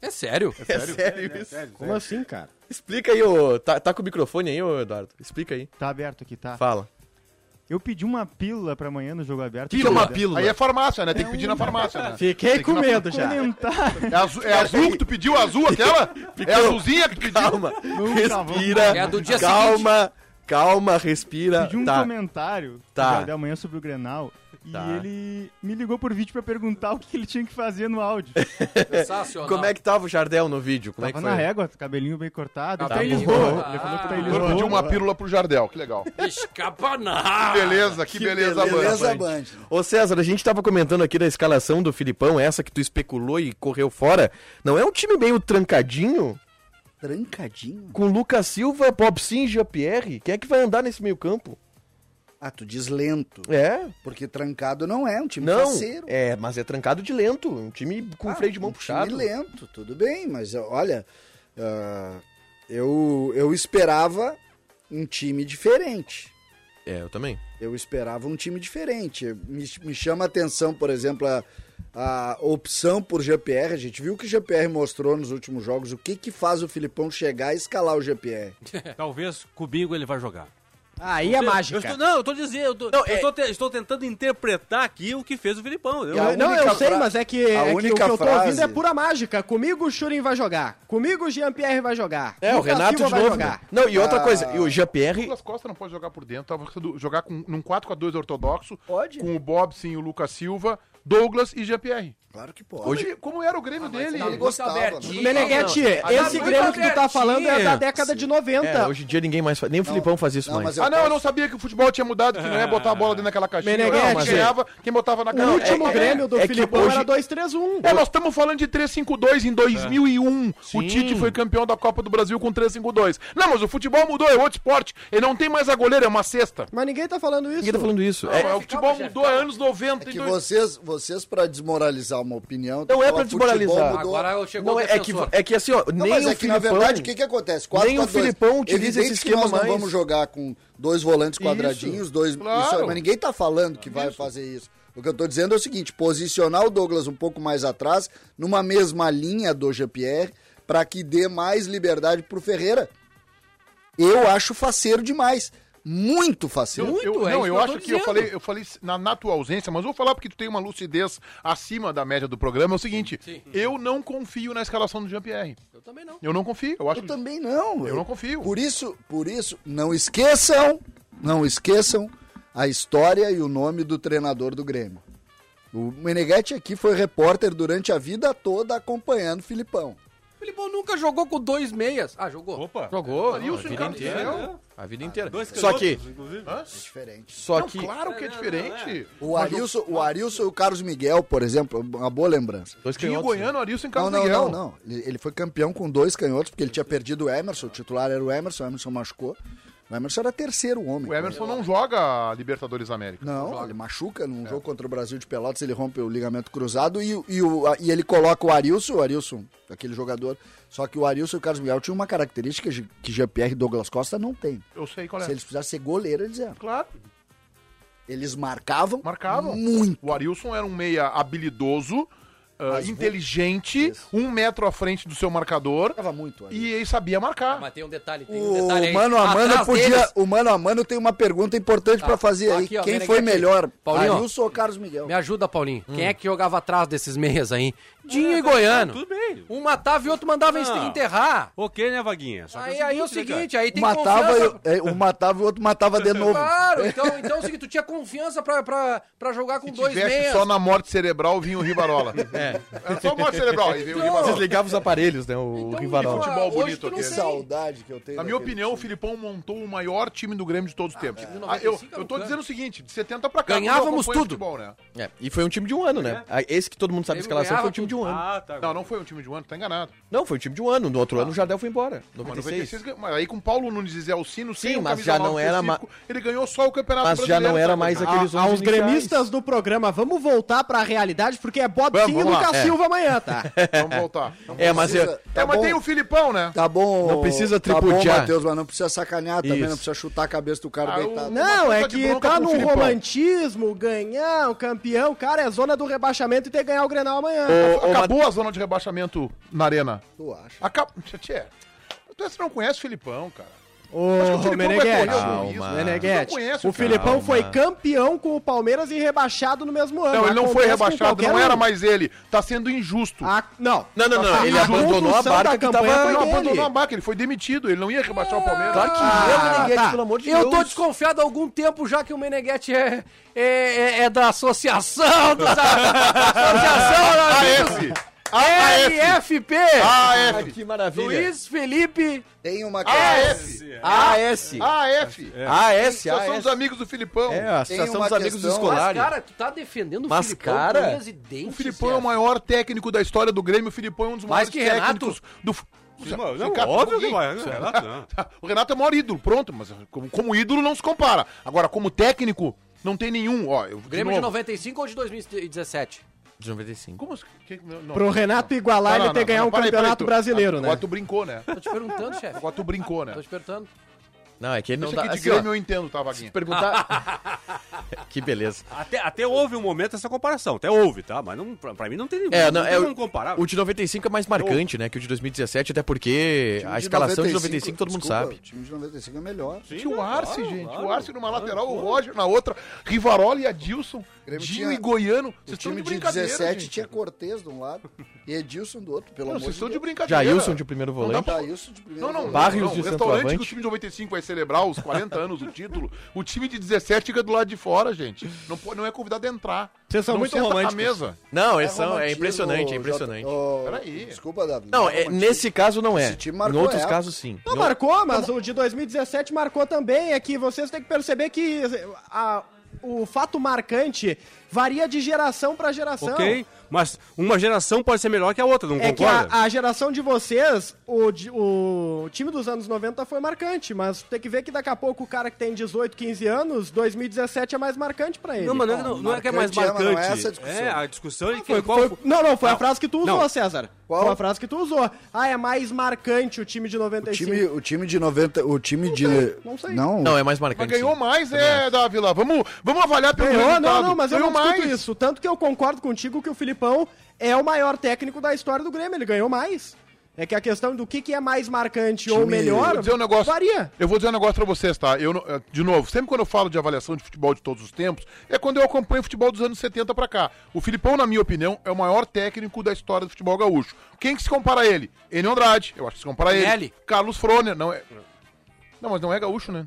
Speaker 7: É sério?
Speaker 2: É sério isso?
Speaker 5: Como assim, cara?
Speaker 2: Explica aí, ô. Tá, tá com o microfone aí, ô Eduardo? Explica aí.
Speaker 8: Tá aberto aqui, tá?
Speaker 2: Fala.
Speaker 8: Eu pedi uma pílula pra amanhã no jogo aberto.
Speaker 2: Pílula.
Speaker 8: Cara,
Speaker 2: Uma pílula.
Speaker 3: Aí é farmácia, né? Tem que pedir na farmácia, né?
Speaker 5: Fiquei com medo já.
Speaker 8: Comentar.
Speaker 3: É azul, é azul que tu pediu azul aquela? É azulzinha que tu pediu?
Speaker 2: Calma, respira.
Speaker 7: É a do dia
Speaker 2: calma, calma, respira.
Speaker 8: pedi um
Speaker 2: Tá.
Speaker 8: comentário
Speaker 2: Tá.
Speaker 8: tá. da manhã sobre o Grenal
Speaker 2: Tá.
Speaker 8: e ele me ligou por vídeo pra perguntar o que ele tinha que fazer no áudio.
Speaker 2: É,
Speaker 7: Sensacional.
Speaker 2: Como é que tava o Jardel no vídeo? Como
Speaker 8: Tava
Speaker 2: é que
Speaker 8: na
Speaker 2: foi?
Speaker 8: régua, cabelinho bem cortado.
Speaker 7: Tá
Speaker 8: Ele tá em
Speaker 7: bom.
Speaker 8: Lisboa.
Speaker 2: né?
Speaker 7: Ah.
Speaker 8: Ele
Speaker 2: é
Speaker 8: falou que tá em
Speaker 3: Eu
Speaker 8: Lisboa.
Speaker 3: pedi uma pílula pro Jardel, que legal.
Speaker 2: Ah,
Speaker 7: Escapaná!
Speaker 3: Beleza, que, beleza, beleza.
Speaker 6: Beleza, Band.
Speaker 2: Ô César, a gente tava comentando aqui da escalação do Filipão, essa que tu especulou e correu fora. Não é um time meio trancadinho?
Speaker 6: Trancadinho?
Speaker 2: Com Lucas Silva, Popsin, Jean-Pierre? Quem é que vai andar nesse meio campo?
Speaker 6: Ah, tu diz lento.
Speaker 2: É,
Speaker 6: Porque trancado não é um time
Speaker 2: não.
Speaker 6: faceiro.
Speaker 2: É, mas é trancado de lento. Um time com freio de mão puxado.
Speaker 6: Ah, Time lento, tudo bem, mas olha, ah, eu, eu esperava um time diferente.
Speaker 2: É, eu também.
Speaker 6: Eu esperava um time diferente. Me, me chama a atenção, por exemplo, a, a opção por GPR. A gente viu que o GPR mostrou nos últimos jogos o que, que faz o Filipão chegar e escalar o GPR.
Speaker 4: É. Talvez comigo ele vai jogar.
Speaker 5: Aí é
Speaker 4: Eu
Speaker 5: mágica.
Speaker 4: estou, não, eu tô dizendo, eu, tô, eu estou, te- estou tentando interpretar aqui o que fez o Filipão. entendeu?
Speaker 6: E a-
Speaker 5: Não, eu
Speaker 6: única
Speaker 5: sei,
Speaker 6: fra-
Speaker 5: mas é que, é
Speaker 6: a
Speaker 5: que
Speaker 6: única
Speaker 5: o que eu tô ouvindo
Speaker 6: frase-
Speaker 5: é pura mágica. Comigo o Shurin vai jogar. Comigo o Jean-Pierre vai jogar.
Speaker 2: É, o
Speaker 5: Lucas
Speaker 2: Renato
Speaker 5: Silva
Speaker 2: de
Speaker 5: vai
Speaker 2: novo.
Speaker 5: jogar.
Speaker 2: né? Não, e outra coisa,
Speaker 6: Ah.
Speaker 2: e o Jean-Pierre.
Speaker 3: Douglas Costa não pode jogar por dentro. Tava pensando jogar com, num 4x2 ortodoxo.
Speaker 6: Pode.
Speaker 3: Com o Bobson, o Lucas Silva, Douglas e Jean-Pierre.
Speaker 6: Claro que pode.
Speaker 3: Hoje, como era o Grêmio dele? Ah,
Speaker 6: não,
Speaker 3: Ele
Speaker 6: gostava,
Speaker 5: O Meneghete, esse
Speaker 7: muito
Speaker 5: Grêmio que tu tá
Speaker 7: abertinho.
Speaker 5: falando é da década de 90.
Speaker 2: É, hoje em dia ninguém mais faz. Nem o Filipão faz isso
Speaker 6: Não,
Speaker 2: mais.
Speaker 6: mas é um eu
Speaker 3: Ah, não, eu
Speaker 6: posso-
Speaker 3: não sabia que o futebol tinha mudado, que não é botar a bola dentro daquela caixinha.
Speaker 5: Meneghete.
Speaker 3: Não, mas ganhava quem botava na
Speaker 5: O
Speaker 3: caixinha.
Speaker 5: último
Speaker 3: É, é,
Speaker 5: Grêmio do
Speaker 2: é que
Speaker 5: Filipão
Speaker 2: hoje-
Speaker 5: era 2-3-1.
Speaker 3: É, nós estamos falando de 3-5-2 em 2001. O Tite foi campeão da Copa do Brasil com 3-5-2. Não, mas o futebol mudou, é outro esporte. Ele não tem mais a goleira, é uma cesta.
Speaker 5: Mas ninguém tá falando isso.
Speaker 2: Ninguém tá falando isso.
Speaker 3: É,
Speaker 2: É,
Speaker 3: o futebol mudou há anos 90.
Speaker 6: É que
Speaker 3: então-
Speaker 6: vocês, vocês para desmoralizar uma opinião... tu
Speaker 2: Não é
Speaker 6: fala,
Speaker 2: pra desmoralizar.
Speaker 6: futebol mudou.
Speaker 7: Agora chegou
Speaker 2: não,
Speaker 7: o
Speaker 2: é, é que,
Speaker 7: defensor.
Speaker 2: é que assim, ó,
Speaker 6: Não,
Speaker 2: nem
Speaker 6: mas
Speaker 2: o
Speaker 6: é que,
Speaker 2: Filipão.
Speaker 6: na verdade, o que, que acontece? Quatro
Speaker 2: nem o
Speaker 6: pra dois.
Speaker 2: Filipão utiliza
Speaker 6: Evidente
Speaker 2: esse
Speaker 6: que
Speaker 2: esquema
Speaker 6: nós não
Speaker 2: mais.
Speaker 6: vamos jogar com dois volantes quadradinhos, dois...
Speaker 3: Claro.
Speaker 6: isso, mas ninguém tá falando que vai fazer isso. O que eu tô dizendo é o seguinte, posicionar o Douglas um pouco mais atrás, numa mesma linha do GPR, para que dê mais liberdade pro Ferreira. Eu acho faceiro demais. Muito
Speaker 3: Eu,
Speaker 6: faceiro.
Speaker 3: eu-
Speaker 7: é
Speaker 3: não,
Speaker 7: isso
Speaker 3: eu
Speaker 7: que eu
Speaker 3: acho
Speaker 7: tô
Speaker 3: que eu
Speaker 7: dizendo.
Speaker 3: falei, eu falei na, na tua ausência, mas vou falar porque tu tem uma lucidez acima da média do programa. É o seguinte, eu não confio na escalação do Jean-Pierre.
Speaker 7: Eu também não.
Speaker 3: Eu não confio, eu acho
Speaker 6: Eu também não.
Speaker 3: Eu não confio.
Speaker 6: Por isso, por isso, não esqueçam, não esqueçam a história e o nome do treinador do Grêmio. O Meneghetti aqui foi repórter durante a vida toda acompanhando o Filipão.
Speaker 7: O Filipão nunca jogou com dois meias. Ah, jogou.
Speaker 4: Opa.
Speaker 2: Jogou a
Speaker 3: Wilson
Speaker 2: vida
Speaker 3: Carlos
Speaker 2: inteira.
Speaker 3: Miguel.
Speaker 2: A vida inteira.
Speaker 4: Dois
Speaker 2: Só
Speaker 4: canhotos,
Speaker 2: que,
Speaker 4: inclusive.
Speaker 6: Diferente.
Speaker 2: só
Speaker 3: não,
Speaker 2: que.
Speaker 3: claro que é diferente.
Speaker 6: O Arilson, o Arilson e o Carlos Miguel, por exemplo, uma boa lembrança.
Speaker 2: Dois
Speaker 3: Tinha o
Speaker 2: canhotos, né?
Speaker 3: Goiano, Arilson e
Speaker 6: Não,
Speaker 3: Carlos
Speaker 6: não,
Speaker 3: Miguel.
Speaker 6: não, não. Ele ele foi campeão com dois canhotos, porque ele tinha perdido o Emerson, o titular era o Emerson, o Emerson machucou. O Emerson era terceiro homem.
Speaker 3: O Emerson não joga Libertadores América.
Speaker 6: Não, ele machuca num
Speaker 3: É.
Speaker 6: jogo contra o Brasil de Pelotas, ele rompe o ligamento cruzado e, o- e o- a- e ele coloca o Arilson, o Arilson, aquele jogador. Só que o Arilson e o Carlos Miguel tinham uma característica de- que Jean-Pierre e Douglas Costa não tem.
Speaker 3: Eu sei qual é.
Speaker 6: Se eles precisassem ser goleiro, eles eram.
Speaker 3: Claro,
Speaker 6: Eles marcavam,
Speaker 3: marcavam.
Speaker 6: muito.
Speaker 3: O Arilson era um meia habilidoso, ah, inteligente, um metro à frente do seu marcador
Speaker 6: Marcava muito. Arilson.
Speaker 3: e ele sabia marcar.
Speaker 7: Mas tem um detalhe, tem um detalhe aí.
Speaker 6: O mano a mano
Speaker 7: Atrás
Speaker 6: podia.
Speaker 7: deles- Ah, tá
Speaker 6: O mano a mano tem uma pergunta importante pra fazer aí.
Speaker 7: aqui, ó,
Speaker 6: Quem
Speaker 7: Meneghete.
Speaker 6: foi melhor,
Speaker 7: Paulinho, ó.
Speaker 6: Arilson ou Carlos Miguel?
Speaker 7: Me ajuda, Paulinho. Quem é que jogava atrás desses meias aí? Dinho e Goiano.
Speaker 4: Tudo bem.
Speaker 7: Um matava e outro mandava
Speaker 4: Não.
Speaker 7: enterrar.
Speaker 4: Ok, né, Vaguinha? Só que
Speaker 7: Aí, aí é o
Speaker 4: né, cara?
Speaker 7: seguinte, aí tem
Speaker 6: matava,
Speaker 7: confiança.
Speaker 6: eu- é, um matava e o outro matava de novo.
Speaker 3: Ah,
Speaker 7: Claro, então, então é o seguinte, tu tinha confiança pra, pra, pra jogar com
Speaker 3: Se
Speaker 7: dois
Speaker 3: tivesse
Speaker 7: meias.
Speaker 3: só na morte cerebral, vinha o Rivarola. é. Era só morte cerebral, aí veio o Rivarola.
Speaker 2: Desligava os aparelhos, né? O
Speaker 6: Então,
Speaker 2: Rivarol.
Speaker 3: futebol
Speaker 7: Então, hoje
Speaker 3: bonito
Speaker 7: tu não
Speaker 3: aqui. né?
Speaker 7: tem.
Speaker 6: saudade que eu tenho.
Speaker 3: Na minha
Speaker 6: daquele
Speaker 3: opinião, o Filipão montou o maior time do Grêmio de todos os tempos.
Speaker 7: de
Speaker 3: Ah, eu,
Speaker 7: 95 é
Speaker 3: eu tô
Speaker 7: loucura.
Speaker 3: dizendo o seguinte, de 70 pra cá.
Speaker 7: Ganhávamos
Speaker 3: eu acompanho
Speaker 7: tudo.
Speaker 3: Futebol, né?
Speaker 2: É, e foi um time de um ano, né? Ah, Esse que todo mundo sabe a
Speaker 7: Ele
Speaker 2: escalação foi um
Speaker 7: ganhava
Speaker 2: time de um ano.
Speaker 4: Ah, tá.
Speaker 3: Não, não foi um time de um ano, tá enganado.
Speaker 2: Não, foi um time de um ano. No outro ano o Jardel foi embora.
Speaker 3: Mas
Speaker 2: 96.
Speaker 3: 96 ganhou- mas aí com Paulo Nunes e Zé Alcino, sem
Speaker 2: Sim,
Speaker 3: o
Speaker 2: mas
Speaker 3: camisa
Speaker 2: já
Speaker 3: nove
Speaker 2: não era ma-
Speaker 3: específico, Ele ganhou só o Campeonato
Speaker 2: Mas já
Speaker 3: Brasileiro.
Speaker 2: não era
Speaker 3: sabe?
Speaker 2: mais
Speaker 3: Ah,
Speaker 2: aqueles
Speaker 5: Ah, aos
Speaker 2: iniciais.
Speaker 5: gremistas do programa, vamos voltar pra realidade, porque é Bob
Speaker 3: Vamos,
Speaker 5: Sim e
Speaker 3: vamos lá,
Speaker 5: Lucas
Speaker 2: é.
Speaker 5: Silva amanhã, tá?
Speaker 3: Vamos voltar. Vamos
Speaker 2: É, mas
Speaker 6: Precisa-
Speaker 2: eu,
Speaker 3: voltar. É, mas
Speaker 6: tá bom.
Speaker 3: tem o Filipão, né?
Speaker 6: Tá bom.
Speaker 2: Não precisa
Speaker 6: Tá bom,
Speaker 2: tripudiar.
Speaker 6: Matheus, mas não precisa sacanear também,
Speaker 2: Isso.
Speaker 6: não precisa chutar a cabeça do cara
Speaker 3: Ah,
Speaker 6: deitado.
Speaker 3: o-
Speaker 5: Não, é
Speaker 3: Uma de
Speaker 5: que
Speaker 3: bronca
Speaker 5: tá
Speaker 3: pro
Speaker 5: num
Speaker 3: Filipão.
Speaker 5: romantismo, ganhar o campeão, cara, é zona do rebaixamento e ter que ganhar o Grenal amanhã.
Speaker 2: Ô, ô,
Speaker 3: Acabou a zona de rebaixamento na arena.
Speaker 6: Tu acha?
Speaker 3: Acabou. Tu esse não conhece o Filipão, cara.
Speaker 5: Ô, Meneghetti.
Speaker 3: correr o
Speaker 2: Calma.
Speaker 3: risco.
Speaker 5: Meneghetti,
Speaker 3: Não conhece
Speaker 5: um o
Speaker 3: o cara.
Speaker 5: Filipão
Speaker 2: Calma.
Speaker 5: foi campeão com o Palmeiras e rebaixado no mesmo ano.
Speaker 3: Não, ele não foi
Speaker 5: Acontece com
Speaker 3: rebaixado,
Speaker 5: qualquer
Speaker 3: não
Speaker 5: um. Ah,
Speaker 3: era mais ele. Tá sendo injusto.
Speaker 5: A- Não.
Speaker 2: Não, não, não. Ele
Speaker 5: A
Speaker 2: abandonou a
Speaker 5: condução da
Speaker 2: barca que tava.
Speaker 5: campanha foi
Speaker 3: não
Speaker 5: dele.
Speaker 3: abandonou a barca, ele foi demitido, ele não ia rebaixar o Palmeiras.
Speaker 2: Claro que
Speaker 7: Ah,
Speaker 2: ia, Meneghete,
Speaker 7: tá.
Speaker 2: pelo amor de
Speaker 7: eu
Speaker 2: Deus.
Speaker 7: tô desconfiado há algum tempo já que o Meneghetti é, é, é- é da associação dos
Speaker 3: Ah,
Speaker 7: associação
Speaker 3: AF.
Speaker 7: LFP
Speaker 2: Ah,
Speaker 3: AF.
Speaker 2: que maravilha.
Speaker 7: Luiz Felipe
Speaker 6: Tem
Speaker 3: Ah,
Speaker 6: uma
Speaker 3: é.
Speaker 6: é
Speaker 3: AF.
Speaker 5: é
Speaker 2: AS.
Speaker 3: AF.
Speaker 2: AS,
Speaker 3: Só são
Speaker 2: AS.
Speaker 3: os amigos do Filipão.
Speaker 2: É, a
Speaker 6: Tem
Speaker 2: Associação
Speaker 6: uma
Speaker 2: dos Amigos
Speaker 6: questão-
Speaker 7: mas
Speaker 2: Escolares.
Speaker 7: cara tu tá defendendo o
Speaker 2: Mas,
Speaker 7: Filipão
Speaker 2: cara,
Speaker 7: com unhas e dentes
Speaker 3: O Filipão é o maior técnico da história do Grêmio. O Filipão é um dos maiores
Speaker 7: Mais que
Speaker 3: técnicos do. f-
Speaker 4: Não, não,
Speaker 3: Cara,
Speaker 4: óbvio
Speaker 3: como
Speaker 4: que
Speaker 3: ídolo.
Speaker 4: vai. né? Não, Renato, não.
Speaker 3: O Renato é o maior ídolo, pronto, mas como, como ídolo não se compara. Agora, como técnico, não tem nenhum. Ó, eu,
Speaker 7: Grêmio de
Speaker 3: novo.
Speaker 7: 95 ou de 2017
Speaker 2: De 95.
Speaker 3: Como, os- que, não, não.
Speaker 5: Pro Renato igualar
Speaker 3: Não, Tá,
Speaker 5: ele
Speaker 3: não,
Speaker 5: ter
Speaker 3: não,
Speaker 5: ganhar
Speaker 3: não,
Speaker 5: um
Speaker 3: peraí, peraí,
Speaker 5: campeonato
Speaker 3: tu-
Speaker 5: brasileiro, né?
Speaker 3: Agora tu brincou, né?
Speaker 7: tô te perguntando chefe
Speaker 3: Agora tu brincou, né?
Speaker 7: tô te perguntando
Speaker 2: Não, é que ele não
Speaker 3: Esse
Speaker 2: dá.
Speaker 3: aqui de
Speaker 2: assim, ó,
Speaker 3: Grêmio eu entendo, tá, Vaguinha?
Speaker 2: se perguntar. que beleza.
Speaker 4: Até, até houve um momento essa comparação, até houve, tá? Mas não, pra, pra mim não tem nenhum.
Speaker 2: É, não,
Speaker 4: tem
Speaker 2: é
Speaker 4: como
Speaker 2: o,
Speaker 4: comparar.
Speaker 2: o de 95 é mais marcante, né, que o de 2017, até porque a escalação de 95 todo mundo
Speaker 6: desculpa,
Speaker 2: sabe.
Speaker 6: O time de 95 é melhor.
Speaker 4: Sim,
Speaker 3: Tinha o
Speaker 4: não,
Speaker 3: Arce,
Speaker 4: claro,
Speaker 3: gente.
Speaker 4: claro.
Speaker 3: o Arce numa lateral, o Roger na outra. Rivarola e Adilson.
Speaker 6: Grêmio
Speaker 3: Dinho
Speaker 6: tinha-
Speaker 3: e Goiano.
Speaker 6: O
Speaker 3: Vocês estão de
Speaker 6: time de
Speaker 3: brincadeira.
Speaker 6: 17
Speaker 3: gente.
Speaker 6: tinha Cortez de um lado e Edilson do outro, pelo
Speaker 3: Não,
Speaker 6: amor de
Speaker 3: vocês estão de brincadeira.
Speaker 2: Jailson de primeiro
Speaker 3: dá
Speaker 2: volante.
Speaker 3: pra-
Speaker 6: Jailson de primeiro.
Speaker 3: Não, não,
Speaker 6: volante.
Speaker 2: Barrios
Speaker 3: não,
Speaker 2: de
Speaker 3: o restaurante
Speaker 2: centroavante.
Speaker 3: que o time de 95 vai celebrar os 40 anos do título, o time de 17 fica do lado de fora, gente. Não, pô- não é convidado a entrar.
Speaker 5: Vocês são
Speaker 3: não
Speaker 5: muito
Speaker 3: senta na
Speaker 5: românticos.
Speaker 3: mesa.
Speaker 2: Não, é, são, é
Speaker 6: romantismo,
Speaker 2: impressionante, é
Speaker 6: Jota.
Speaker 2: impressionante.
Speaker 6: Ô,
Speaker 3: Peraí.
Speaker 6: Desculpa, Davi.
Speaker 2: Não, é,
Speaker 6: Romantismo.
Speaker 2: nesse caso não é.
Speaker 6: Esse time
Speaker 2: Em
Speaker 6: marcou
Speaker 2: outros
Speaker 6: época.
Speaker 2: casos, sim.
Speaker 5: Não, marcou, mas o de 2017 marcou também. É que vocês têm que perceber que a- o fato marcante varia de geração pra geração.
Speaker 4: Ok? Mas uma geração pode ser melhor que a outra, não
Speaker 5: É que
Speaker 4: concorda?
Speaker 5: a, a geração de vocês, o, de- o time dos anos 90 foi marcante, mas tem que ver que daqui a pouco o cara que tem 18, 15 anos, 2017 é mais marcante pra ele.
Speaker 4: Não, mas não, é que- não- não é que é mais
Speaker 6: Marcante é, mas
Speaker 4: marcante.
Speaker 6: não é essa a discussão.
Speaker 4: É, a discussão é que
Speaker 5: Foi-
Speaker 4: qual
Speaker 5: foi-
Speaker 4: foi-
Speaker 5: não, não, foi a frase que tu usou,
Speaker 4: Não.
Speaker 5: César.
Speaker 6: Qual?
Speaker 5: Foi a frase que tu usou. Ah, é mais marcante o time de
Speaker 6: O
Speaker 5: 95.
Speaker 6: time, o time de 90. O time de.
Speaker 5: não sei.
Speaker 6: Não,
Speaker 2: Não, é mais
Speaker 3: Mas
Speaker 2: marcante.
Speaker 3: ganhou
Speaker 2: sim.
Speaker 3: mais, é, Davi lá. Vamos, vamos avaliar pelo
Speaker 5: Ganhou, não,
Speaker 3: resultado.
Speaker 5: não, mas eu não
Speaker 3: Ganhou
Speaker 5: discuto isso. Tanto que eu concordo contigo que o Filipão é o maior técnico da história do Grêmio, ele ganhou mais. É que a questão do que, que é mais marcante ou
Speaker 6: Time-
Speaker 5: melhor
Speaker 3: Vou dizer um negócio.
Speaker 5: varia.
Speaker 3: Eu vou dizer um negócio pra vocês, tá? Eu, não- eh, de novo, sempre quando eu falo de avaliação de futebol de todos os tempos, é quando eu acompanho o futebol dos anos 70 pra cá. O Filipão, na minha opinião, é o maior técnico da história do futebol gaúcho. Quem que se compara a ele? Enio Andrade, eu acho que se compara a ele.
Speaker 7: Minelli.
Speaker 3: Carlos Froner, não é... Não, mas não é gaúcho, né?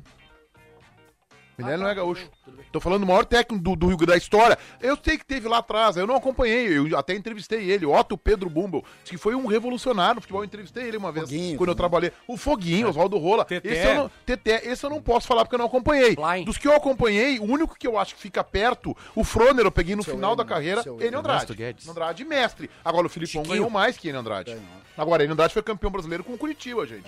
Speaker 3: Minelli não é gaúcho. Tô falando do maior técnico do, do Rio Grande da história. Eu sei que teve lá atrás, eu não acompanhei, eu até entrevistei ele, Otto Pedro Bumble, diz que foi um revolucionário no futebol, eu entrevistei ele uma vez
Speaker 6: Foguinho,
Speaker 3: quando eu trabalhei. O Foguinho, Oswaldo Rola.
Speaker 4: Teté.
Speaker 3: Esse eu, não, Teté, esse eu não posso falar porque eu não acompanhei.
Speaker 7: Blind.
Speaker 3: Dos que eu acompanhei, o único que eu acho que fica perto, o Froner, eu peguei no
Speaker 6: Seu
Speaker 3: final da
Speaker 6: Eno,
Speaker 3: carreira,
Speaker 6: seu
Speaker 3: ele
Speaker 6: Eno.
Speaker 3: Andrade.
Speaker 2: Ernesto Guedes.
Speaker 3: Andrade mestre. Agora o Filipão
Speaker 7: Chiquinho.
Speaker 3: ganhou mais que ele Andrade. Agora, ele Andrade foi campeão brasileiro com o Curitiba, gente.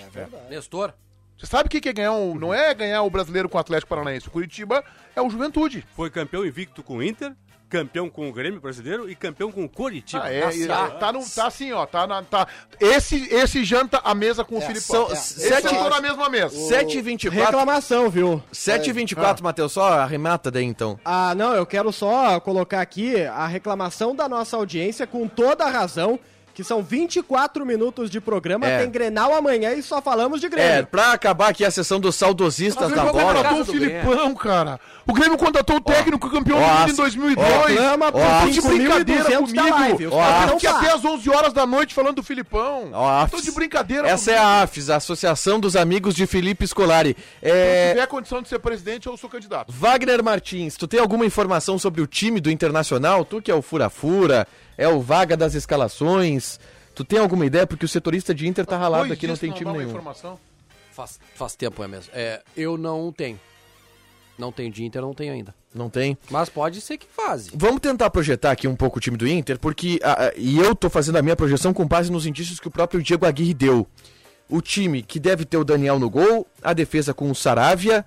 Speaker 7: Nestor
Speaker 3: Você sabe o que que é ganhar um, não é ganhar o brasileiro com o Atlético Paranaense. O Curitiba é o Juventude.
Speaker 4: Foi campeão invicto com o Inter, campeão com o Grêmio brasileiro e campeão com o Coritiba.
Speaker 3: Ah, é, é,
Speaker 7: tá.
Speaker 3: tá, no- tá assim, ó. Tá, na- tá- esse, esse janta à mesa com o Filipão.
Speaker 2: são
Speaker 3: Esse
Speaker 2: sete-
Speaker 3: jantou na mesma mesa.
Speaker 2: 7h24.
Speaker 5: Reclamação, viu?
Speaker 2: 7h24, Matheus, só arremata daí então.
Speaker 5: Ah, não, eu quero só colocar aqui a reclamação da nossa audiência com toda a razão, que são 24 minutos de programa,
Speaker 2: É.
Speaker 5: tem Grenal amanhã e só falamos de
Speaker 2: É,
Speaker 5: Grêmio.
Speaker 2: pra acabar aqui a sessão dos saudosistas da
Speaker 3: Grêmio
Speaker 2: bola.
Speaker 3: contratou
Speaker 7: casa
Speaker 3: o
Speaker 7: do
Speaker 3: Filipão, cara. O Grêmio contratou o técnico campeão
Speaker 2: Ó,
Speaker 3: do mundo
Speaker 2: as-
Speaker 3: em 2002.
Speaker 2: ó,
Speaker 5: reclama por
Speaker 3: Tá de
Speaker 5: 5.200
Speaker 3: brincadeira
Speaker 5: da
Speaker 3: comigo.
Speaker 5: live, os
Speaker 3: Eu
Speaker 5: caras não
Speaker 3: fiquei
Speaker 5: falam.
Speaker 3: até às 11 horas da noite falando do Filipão.
Speaker 2: Ó,
Speaker 3: Tô
Speaker 2: AFES.
Speaker 3: de brincadeira
Speaker 2: Essa é a AFES, a Associação dos Amigos de Felipe Scolari.
Speaker 3: Se
Speaker 2: É,
Speaker 3: tiver condição de ser presidente, eu sou candidato.
Speaker 2: Wagner Martins, tu tem alguma informação sobre o time do Internacional? Tu que é o fura-fura, é o vaga das escalações. Tu tem alguma ideia? Porque o setorista de Inter tá ralado
Speaker 3: Dois
Speaker 2: aqui, não
Speaker 3: dias
Speaker 2: tem
Speaker 3: que
Speaker 2: time
Speaker 3: dá uma
Speaker 2: nenhum.
Speaker 3: informação.
Speaker 7: Faz, faz tempo, é mesmo. É, eu não tenho. Não tenho de Inter, não tenho ainda.
Speaker 2: Não tem.
Speaker 7: Mas pode ser que faz.
Speaker 2: Vamos tentar projetar aqui um pouco o time do Inter, porque a- a- e eu tô fazendo a minha projeção com base nos indícios que o próprio Diego Aguirre deu. O time que deve ter o Daniel no gol, a defesa com o Saravia.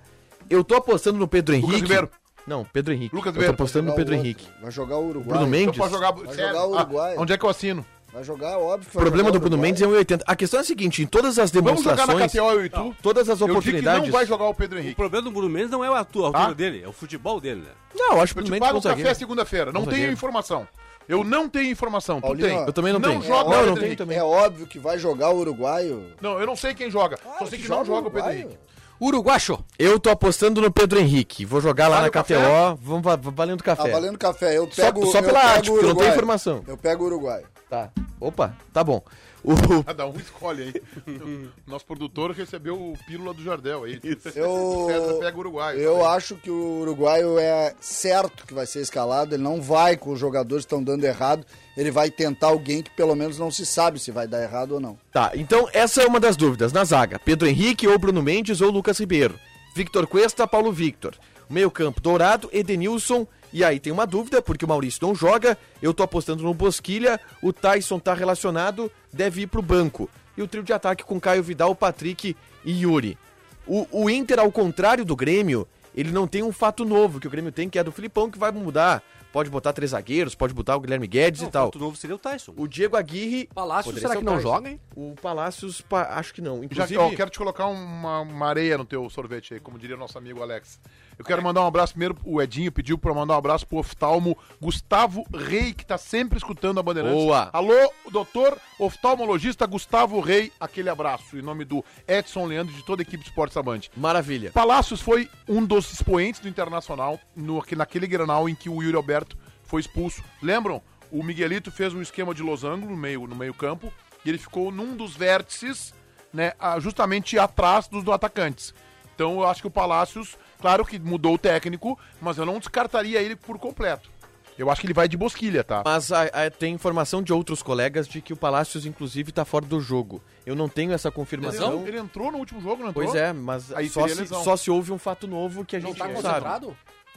Speaker 2: Eu tô apostando no Pedro Henrique.
Speaker 3: Ribeiro.
Speaker 2: Não, Pedro Henrique.
Speaker 3: Lucas
Speaker 2: eu tô
Speaker 3: Ribeiro.
Speaker 2: apostando
Speaker 6: Vai
Speaker 2: no Pedro
Speaker 6: jogar o
Speaker 2: Henrique.
Speaker 6: outro, Vai jogar o Uruguai.
Speaker 2: Bruno
Speaker 3: Eu
Speaker 2: Mendes.
Speaker 3: posso jogar...
Speaker 6: Vai
Speaker 3: sério?
Speaker 6: jogar o
Speaker 3: Ah,
Speaker 6: Uruguai.
Speaker 3: onde é que eu assino?
Speaker 6: Vai jogar, óbvio.
Speaker 2: O problema do Bruno Mendes é 1,80. A questão é a seguinte, em todas as
Speaker 3: Vamos jogar na
Speaker 2: demonstrações,
Speaker 3: KTO, eu e tu.
Speaker 2: todas as
Speaker 3: Eu digo que não
Speaker 2: oportunidades...
Speaker 3: vai jogar o Pedro
Speaker 4: O
Speaker 3: Henrique.
Speaker 4: problema do Bruno Mendes não é a atu- a altura
Speaker 3: Ah.
Speaker 4: dele, é o futebol dele, né?
Speaker 2: Não, acho que o Bruno
Speaker 3: Eu te
Speaker 2: Mendes é
Speaker 3: pago
Speaker 2: bom
Speaker 3: um café
Speaker 2: zagueiro.
Speaker 3: segunda-feira. Não
Speaker 2: Bom
Speaker 3: tenho
Speaker 2: zagueiro.
Speaker 3: informação. Eu não tenho informação. Tu
Speaker 6: Paulinho,
Speaker 3: tem.
Speaker 6: ó,
Speaker 2: Eu também não
Speaker 3: Não
Speaker 2: tenho.
Speaker 6: É
Speaker 3: joga
Speaker 2: não, eu
Speaker 3: o
Speaker 2: não
Speaker 6: óbvio,
Speaker 3: Pedro
Speaker 2: tenho
Speaker 3: Henrique.
Speaker 2: também.
Speaker 6: é óbvio que vai jogar o uruguaio.
Speaker 3: Não, eu não sei quem joga.
Speaker 6: Ah,
Speaker 3: Só sei que, não joga o Pedro
Speaker 6: uruguaio.
Speaker 3: Henrique.
Speaker 7: Uruguacho.
Speaker 2: Eu tô apostando no Pedro Henrique. Vou jogar lá
Speaker 3: Vale
Speaker 2: na
Speaker 3: o café?
Speaker 2: KTO. Vamos va- va- valendo
Speaker 6: Tá
Speaker 2: café.
Speaker 6: valendo café. Eu
Speaker 2: Só-
Speaker 6: pego
Speaker 2: só
Speaker 6: eu
Speaker 2: pela
Speaker 6: pego
Speaker 2: arte, porque não tem
Speaker 6: uruguaio.
Speaker 2: informação.
Speaker 6: Eu pego o uruguaio.
Speaker 2: Tá. Opa, tá bom. O-
Speaker 3: Cada um escolhe aí. Nosso produtor recebeu o pílula do Jardel aí.
Speaker 6: Eu-
Speaker 3: César pega o tá Uruguai.
Speaker 6: Eu acho que o uruguaio é certo que vai ser escalado. Ele não vai com os jogadores que estão dando errado. Ele vai tentar alguém que pelo menos não se sabe se vai dar errado ou não.
Speaker 2: Tá, então essa é uma das dúvidas. Na zaga, Pedro Henrique ou Bruno Mendes ou Lucas Ribeiro. Victor Cuesta, Paulo Victor. Meio campo, Dourado, Edenilson. E aí tem uma dúvida, porque o Maurício não joga. Eu tô apostando no Bosquilha. O Tyson tá relacionado, deve ir pro banco. E o trio de ataque com Caio Vidal, Patrick e Yuri. O, o Inter, ao contrário do Grêmio, ele não tem um fato novo que o Grêmio tem, que é do Filipão, que vai mudar. Pode botar três zagueiros, pode botar o Guilherme Guedes
Speaker 4: Não,
Speaker 2: e tal.
Speaker 4: O novo seria o Tyson.
Speaker 2: O Diego Aguirre.
Speaker 7: Palácio,
Speaker 2: Poderia
Speaker 7: será
Speaker 2: ser o
Speaker 7: que não
Speaker 2: Tyson.
Speaker 7: joga, hein?
Speaker 2: O Palácios, pa- acho que não.
Speaker 3: Já,
Speaker 2: Inclusive,
Speaker 3: ó, é- quero te colocar uma, uma areia no teu sorvete aí, como diria o nosso amigo Alex. Eu quero mandar um abraço primeiro, o Edinho pediu pra eu mandar um abraço pro oftalmo Gustavo Rei, que tá sempre escutando a Bandeirantes.
Speaker 2: Boa.
Speaker 3: Alô, doutor oftalmologista Gustavo Rei, aquele abraço. Em nome do Edson Leandro e de toda a equipe do Esporte Sabante.
Speaker 2: maravilha.
Speaker 3: Palácios foi um dos expoentes do Internacional no, aqui- naquele Granal em que o Yuri Alberto foi expulso. Lembram? O Miguelito fez um esquema de losango no meio, no meio campo e ele ficou num dos vértices, né, ah, justamente atrás dos do atacantes. Então eu acho que o Palácios, claro que mudou o técnico, mas eu não descartaria ele por completo. Eu acho que ele vai de bosquilha, tá?
Speaker 2: Mas a- a- tem informação de outros colegas de que o Palácios, inclusive, tá fora do jogo. Eu não tenho essa
Speaker 3: Ele,
Speaker 2: confirmação.
Speaker 3: entrou, ele entrou no último jogo, não entrou?
Speaker 2: Pois é, mas
Speaker 3: Aí
Speaker 2: só
Speaker 3: seria
Speaker 2: se,
Speaker 3: lesão.
Speaker 2: só se houve um fato novo que a gente
Speaker 7: tá
Speaker 2: não sabe.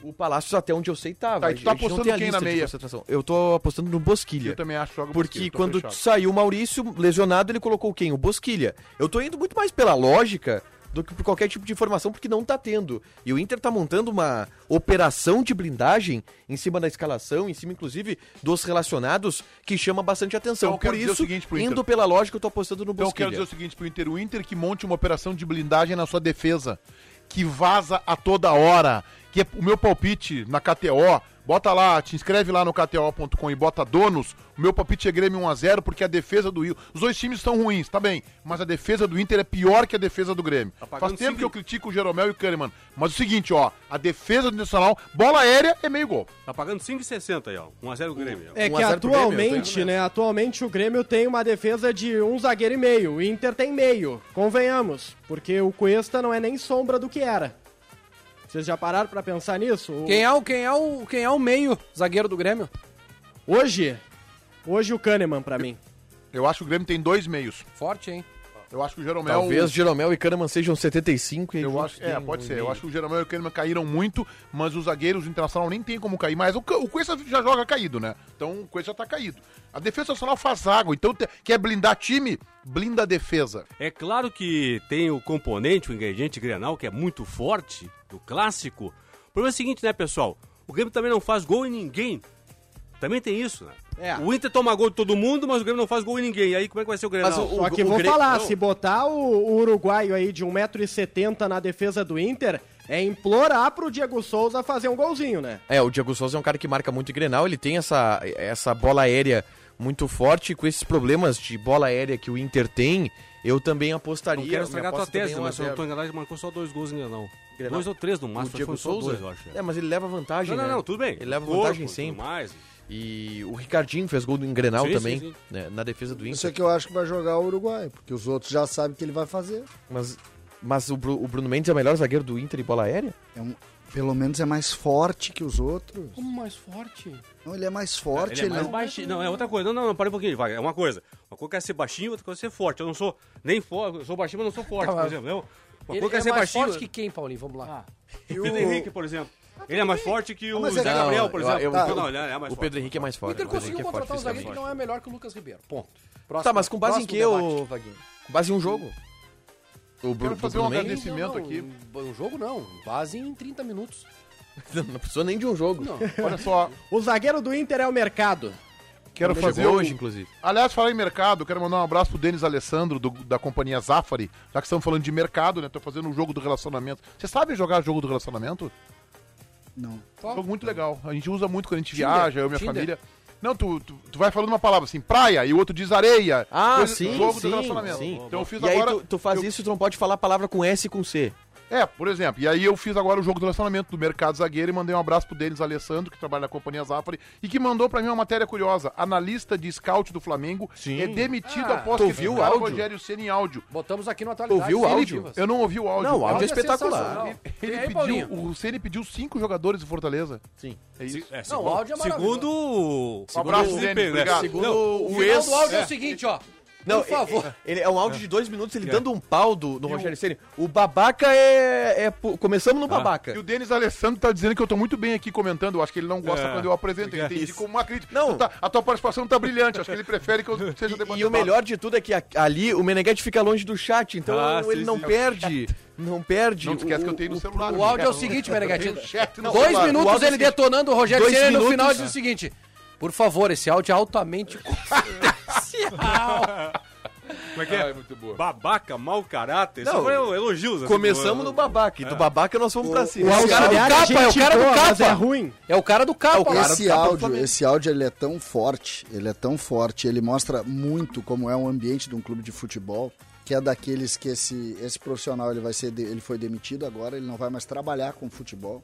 Speaker 2: O Palácios, até onde eu sei, tava.
Speaker 3: Tá, e tu tá
Speaker 2: A gente não
Speaker 3: apostando
Speaker 2: tem a
Speaker 3: quem
Speaker 2: lista
Speaker 3: na
Speaker 2: de
Speaker 3: meia?
Speaker 2: concentração. Eu tô apostando no Bosquilha.
Speaker 3: Eu também acho que joga
Speaker 2: Porque
Speaker 3: Bosquilha, tô
Speaker 2: quando
Speaker 3: fechado.
Speaker 2: saiu o Maurício lesionado, ele colocou quem? O Bosquilha. Eu tô indo muito mais pela lógica do que por qualquer tipo de informação, porque não tá tendo. E o Inter tá montando uma operação de blindagem em cima da escalação, em cima, inclusive, dos relacionados, que chama bastante atenção.
Speaker 3: Então, eu quero
Speaker 2: por
Speaker 3: dizer o
Speaker 2: isso,
Speaker 3: seguinte pro Inter.
Speaker 2: indo pela lógica, eu tô apostando no
Speaker 3: Então eu
Speaker 2: Bosquilha.
Speaker 3: quero dizer o seguinte pro Inter, o Inter que monte uma operação de blindagem na sua defesa, que vaza a toda hora, que é o meu palpite na KTO, bota lá, te inscreve lá no KTO.com e bota donos, o meu palpite é Grêmio 1x0 porque a defesa do Inter, os dois times são ruins, tá bem, mas a defesa do Inter é pior que a defesa do Grêmio. Faz
Speaker 4: pagando
Speaker 3: tempo
Speaker 4: cinco-
Speaker 3: que eu critico o Jeromel e o Kahneman, mas o seguinte, ó, a defesa do Nacional, bola aérea é meio gol.
Speaker 4: Tá pagando 5,60 aí, ó. 1x0 Grêmio.
Speaker 5: É
Speaker 2: Um
Speaker 5: que
Speaker 2: a zero pro Grêmio,
Speaker 5: atualmente,
Speaker 2: tem-
Speaker 5: né? Atualmente o Grêmio tem uma defesa de um zagueiro e meio. O Inter tem meio, convenhamos. Porque o Cuesta não é nem sombra do que era. Vocês já pararam pra pensar nisso? O-
Speaker 7: Quem é, o, quem, é o, quem é o meio zagueiro do Grêmio?
Speaker 5: Hoje, hoje o Kahneman pra mim.
Speaker 3: Eu acho que o Grêmio tem dois meios.
Speaker 7: Forte, hein?
Speaker 3: Eu acho que o Jeromel...
Speaker 2: Talvez Jeromel e Kahneman sejam 75 e
Speaker 3: é um- Eu acho, é, pode ser. Eu acho que o Jeromel e o Kahneman caíram muito, mas os zagueiros do Internacional nem tem como cair mais. O, Ca- o Cuesta já joga caído, né? Então o Cuesta tá caído. A defesa nacional faz água. Então te- quer blindar time? Blinda a defesa.
Speaker 4: É claro que tem o componente, o ingrediente grenal, que é muito forte, do clássico. O problema é o seguinte, né, pessoal? O Grêmio também não faz gol em ninguém. Também tem isso, né?
Speaker 5: É.
Speaker 4: O Inter toma gol de todo mundo, mas o Grêmio não faz gol em ninguém. E aí, como é que vai ser o Grenal?
Speaker 2: Mas o-
Speaker 5: Só que
Speaker 2: o
Speaker 5: vou
Speaker 2: Gre-
Speaker 5: falar,
Speaker 2: não.
Speaker 5: se botar o, o uruguaio aí de 1,70m na defesa do Inter, é implorar pro Diego Souza fazer um golzinho, né?
Speaker 2: É, o Diego Souza é um cara que marca muito em Grenal, ele tem essa, essa bola aérea muito forte, com esses problemas de bola aérea que o Inter tem, eu também apostaria...
Speaker 4: Não quero
Speaker 2: minha
Speaker 4: estragar a tua
Speaker 2: aposta também
Speaker 4: tese,
Speaker 2: é um a
Speaker 4: mas o
Speaker 2: zero.
Speaker 4: Antônio Grenal marcou só dois gols em Grenal.
Speaker 2: Grenal?
Speaker 4: Dois ou três no
Speaker 2: O
Speaker 4: máximo.
Speaker 2: Diego
Speaker 4: acho que foram só
Speaker 2: Souza?
Speaker 4: Dois, eu acho. né?
Speaker 2: É, mas ele leva vantagem,
Speaker 4: Não, não,
Speaker 2: né?
Speaker 4: não, tudo bem.
Speaker 2: Ele leva
Speaker 4: Corpo,
Speaker 2: vantagem
Speaker 4: tudo
Speaker 2: sempre.
Speaker 4: Mais.
Speaker 2: E o Ricardinho fez gol em Grenal
Speaker 4: Sim,
Speaker 2: também,
Speaker 4: sim, sim.
Speaker 2: né, na defesa do
Speaker 6: Isso
Speaker 2: Inter.
Speaker 6: é que eu acho que vai jogar o uruguaio, porque os outros já sabem o que ele vai fazer.
Speaker 2: Mas, mas o, Bru- o Bruno Mendes é o melhor zagueiro do Inter em bola aérea?
Speaker 6: É um- pelo menos é mais forte que os outros.
Speaker 7: Como mais forte?
Speaker 6: Não, ele é mais
Speaker 4: Ele
Speaker 6: forte,
Speaker 4: é
Speaker 6: ele,
Speaker 4: mais
Speaker 6: não.
Speaker 4: baixinho. Não, é outra coisa. Não, não, não, para um pouquinho, vai. É uma coisa. Uma coisa que é ser baixinho, outra coisa é ser forte. Eu não sou nem forte, eu sou baixinho, mas não sou
Speaker 2: Tá
Speaker 4: forte, por exemplo. Eu, uma
Speaker 7: Ele
Speaker 4: coisa que
Speaker 7: é,
Speaker 4: é ser
Speaker 7: mais
Speaker 4: baixinho.
Speaker 7: forte que quem, Paulinho? Vamos lá.
Speaker 6: E
Speaker 4: O
Speaker 6: o-
Speaker 4: Pedro Henrique, por
Speaker 2: Ah,
Speaker 4: exemplo. Ele é mais forte que o
Speaker 6: mas
Speaker 4: Zé
Speaker 6: é-
Speaker 4: Gabriel, por
Speaker 2: eu-
Speaker 4: exemplo.
Speaker 2: eu-
Speaker 6: Tá.
Speaker 4: Não, não, ele é mais
Speaker 2: o
Speaker 4: forte.
Speaker 2: Pedro Henrique é mais
Speaker 7: o
Speaker 2: forte.
Speaker 7: Inter conseguiu
Speaker 2: Henrique é
Speaker 7: contratar um
Speaker 2: forte
Speaker 7: zagueiro é que
Speaker 2: fisicamente.
Speaker 7: não é melhor que o Lucas Ribeiro. Ponto.
Speaker 2: Tá, mas com base em que, ô Vaguinho? Com base em um jogo? O Bru-
Speaker 3: Quero
Speaker 2: do
Speaker 3: fazer
Speaker 2: Bruno
Speaker 3: um
Speaker 2: Mendes?
Speaker 3: agradecimento aqui.
Speaker 7: Um jogo não, base em 30 minutos.
Speaker 2: Não, não precisou nem de um jogo.
Speaker 7: Não.
Speaker 3: Olha só,
Speaker 5: O zagueiro do Inter é o mercado.
Speaker 3: quero
Speaker 2: Chegou
Speaker 3: fazer. o-
Speaker 2: hoje, inclusive.
Speaker 3: Aliás, falar em mercado, quero mandar um abraço pro Denis Alessandro, do- da companhia Zafari. Já que estamos falando de mercado, né? Tô fazendo um jogo do relacionamento. Vocês sabem jogar jogo do relacionamento?
Speaker 6: Não.
Speaker 3: Jogo muito legal. A gente usa muito quando a gente
Speaker 7: Tinder,
Speaker 3: viaja, eu e minha
Speaker 7: Tinder.
Speaker 3: família. Não, tu, tu, tu vai falando uma palavra assim, praia, e o outro diz areia.
Speaker 2: Ah,
Speaker 3: coisa-
Speaker 2: sim,
Speaker 3: jogo do
Speaker 2: sim,
Speaker 3: relacionamento.
Speaker 2: sim.
Speaker 3: Então eu fiz
Speaker 2: E aí
Speaker 3: agora.
Speaker 2: tu, tu faz
Speaker 3: eu-
Speaker 2: isso e tu não pode falar palavra com S e com C.
Speaker 3: É, por exemplo, e aí eu fiz agora o jogo do relacionamento do Mercado Zagueiro e mandei um abraço pro Denis Alessandro, que trabalha na Companhia Zafari, e que mandou pra mim uma matéria curiosa. Analista de scout do Flamengo é demitido
Speaker 7: Ah,
Speaker 3: após
Speaker 2: tu
Speaker 3: que
Speaker 2: viu o
Speaker 3: trocaram
Speaker 2: áudio?
Speaker 3: Rogério Ceni em áudio.
Speaker 7: Botamos aqui no atualidade.
Speaker 2: Ouviu o
Speaker 7: sem
Speaker 2: áudio?
Speaker 7: negativas.
Speaker 3: Eu não ouvi o áudio.
Speaker 2: Não, o áudio é
Speaker 7: Olha,
Speaker 2: espetacular.
Speaker 7: sensacional. E
Speaker 3: Ele pediu,
Speaker 7: aí,
Speaker 3: um.
Speaker 7: Paulinho?
Speaker 3: o Ceni pediu cinco jogadores de Fortaleza.
Speaker 2: Sim.
Speaker 3: É isso.
Speaker 4: É,
Speaker 7: Não, o áudio é maravilhoso.
Speaker 4: Segundo o...
Speaker 3: Um
Speaker 4: segundo o
Speaker 3: abraço, Denis,
Speaker 4: desempenho, né?
Speaker 3: obrigado.
Speaker 2: Segundo
Speaker 4: Não,
Speaker 2: o,
Speaker 7: O final
Speaker 2: ex.
Speaker 7: do áudio é o seguinte, ó.
Speaker 2: Não,
Speaker 7: Por favor.
Speaker 2: Ele é um áudio de dois minutos, ele dando um pau do, no Rogério Ceni. O babaca é. é pu- começamos no babaca.
Speaker 3: E o Denis Alessandro tá dizendo que eu tô muito bem aqui comentando. Eu acho que ele não gosta
Speaker 4: É.
Speaker 3: quando eu apresento. Eu entendi
Speaker 2: Isso.
Speaker 3: como uma crítica.
Speaker 2: Não.
Speaker 3: Tu tá- a tua participação tá brilhante. Eu Acho que ele prefere que eu seja
Speaker 2: E-
Speaker 3: debatido.
Speaker 2: E o melhor de tudo é que a- ali o Meneghete fica longe do chat, então
Speaker 4: Ah,
Speaker 2: ele
Speaker 4: sim,
Speaker 2: não
Speaker 4: sim.
Speaker 2: perde. Não perde.
Speaker 3: Não te esquece
Speaker 2: o-
Speaker 3: que eu tenho no
Speaker 2: o-
Speaker 3: celular.
Speaker 7: O áudio é o seguinte, Menegatino.
Speaker 3: Chat no
Speaker 7: Dois
Speaker 3: celular.
Speaker 2: O
Speaker 7: minutos
Speaker 2: áudio é o
Speaker 7: ele
Speaker 2: seguinte.
Speaker 7: detonando o Rogério
Speaker 2: Dois
Speaker 7: Ceni e no
Speaker 2: minutos,
Speaker 7: final diz
Speaker 2: é.
Speaker 7: o seguinte. Por favor, esse áudio é altamente confidencial.
Speaker 4: Como é que é?
Speaker 3: muito boa.
Speaker 4: Babaca, mau caráter.
Speaker 2: Não,
Speaker 4: Isso foi um elogio. assim,
Speaker 2: Começamos
Speaker 4: do-
Speaker 2: no babaca. E
Speaker 4: É.
Speaker 2: do babaca nós fomos pra cima.
Speaker 6: o
Speaker 2: Esse
Speaker 6: cara do
Speaker 5: Auxiliar é
Speaker 2: Capa, é o
Speaker 5: gente
Speaker 2: cara do
Speaker 5: boa, mas
Speaker 2: capa.
Speaker 5: É ruim.
Speaker 7: É o cara do capa.
Speaker 2: cara do
Speaker 6: Esse
Speaker 2: Capão do
Speaker 6: áudio,
Speaker 2: tá Flamengo.
Speaker 6: esse áudio ele é tão forte, ele é tão forte, ele mostra muito como é um ambiente de um clube de futebol, que é daqueles que esse, esse profissional ele vai ser de- ele foi demitido agora, ele não vai mais trabalhar com futebol,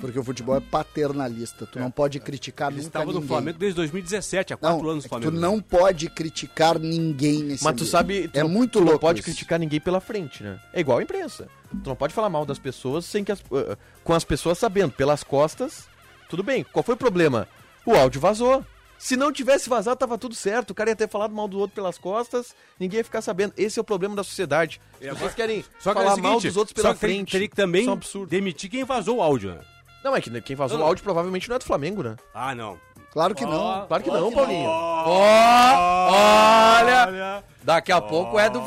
Speaker 6: porque o futebol é paternalista,
Speaker 2: É.
Speaker 6: tu não pode criticar
Speaker 4: Ele
Speaker 6: nunca
Speaker 4: estava no
Speaker 6: ninguém.
Speaker 4: Flamengo desde 2017, há quatro
Speaker 6: Não,
Speaker 4: anos no
Speaker 6: é que tu
Speaker 4: Flamengo.
Speaker 6: não pode criticar ninguém nesse
Speaker 2: né? Mas tu
Speaker 6: ambiente.
Speaker 2: sabe, tu
Speaker 6: é
Speaker 2: não-
Speaker 6: muito
Speaker 2: tu
Speaker 6: louco.
Speaker 2: não pode
Speaker 6: isso.
Speaker 2: criticar ninguém pela frente, né? É igual a imprensa. Tu não pode falar mal das pessoas sem que as, eh, com as pessoas sabendo, pelas costas. Tudo bem. Qual foi o problema? O áudio vazou. Se não tivesse vazado, tava tudo certo. O cara ia ter falado mal do outro pelas costas, ninguém ia ficar sabendo. Esse é o problema da sociedade. As pessoas querem
Speaker 4: Só que é o
Speaker 2: falar
Speaker 4: seguinte,
Speaker 2: mal dos outros
Speaker 4: só
Speaker 2: pela
Speaker 4: que tem-
Speaker 2: frente.
Speaker 4: Teria que também
Speaker 2: Isso é um absurdo.
Speaker 4: demitir quem vazou o áudio, né?
Speaker 2: Não, é que quem vazou
Speaker 4: Não.
Speaker 2: o áudio provavelmente não é do Flamengo, né?
Speaker 4: Ah, não.
Speaker 6: Claro que não.
Speaker 2: Claro que não, Paulinho.
Speaker 7: olha, Daqui a pouco é do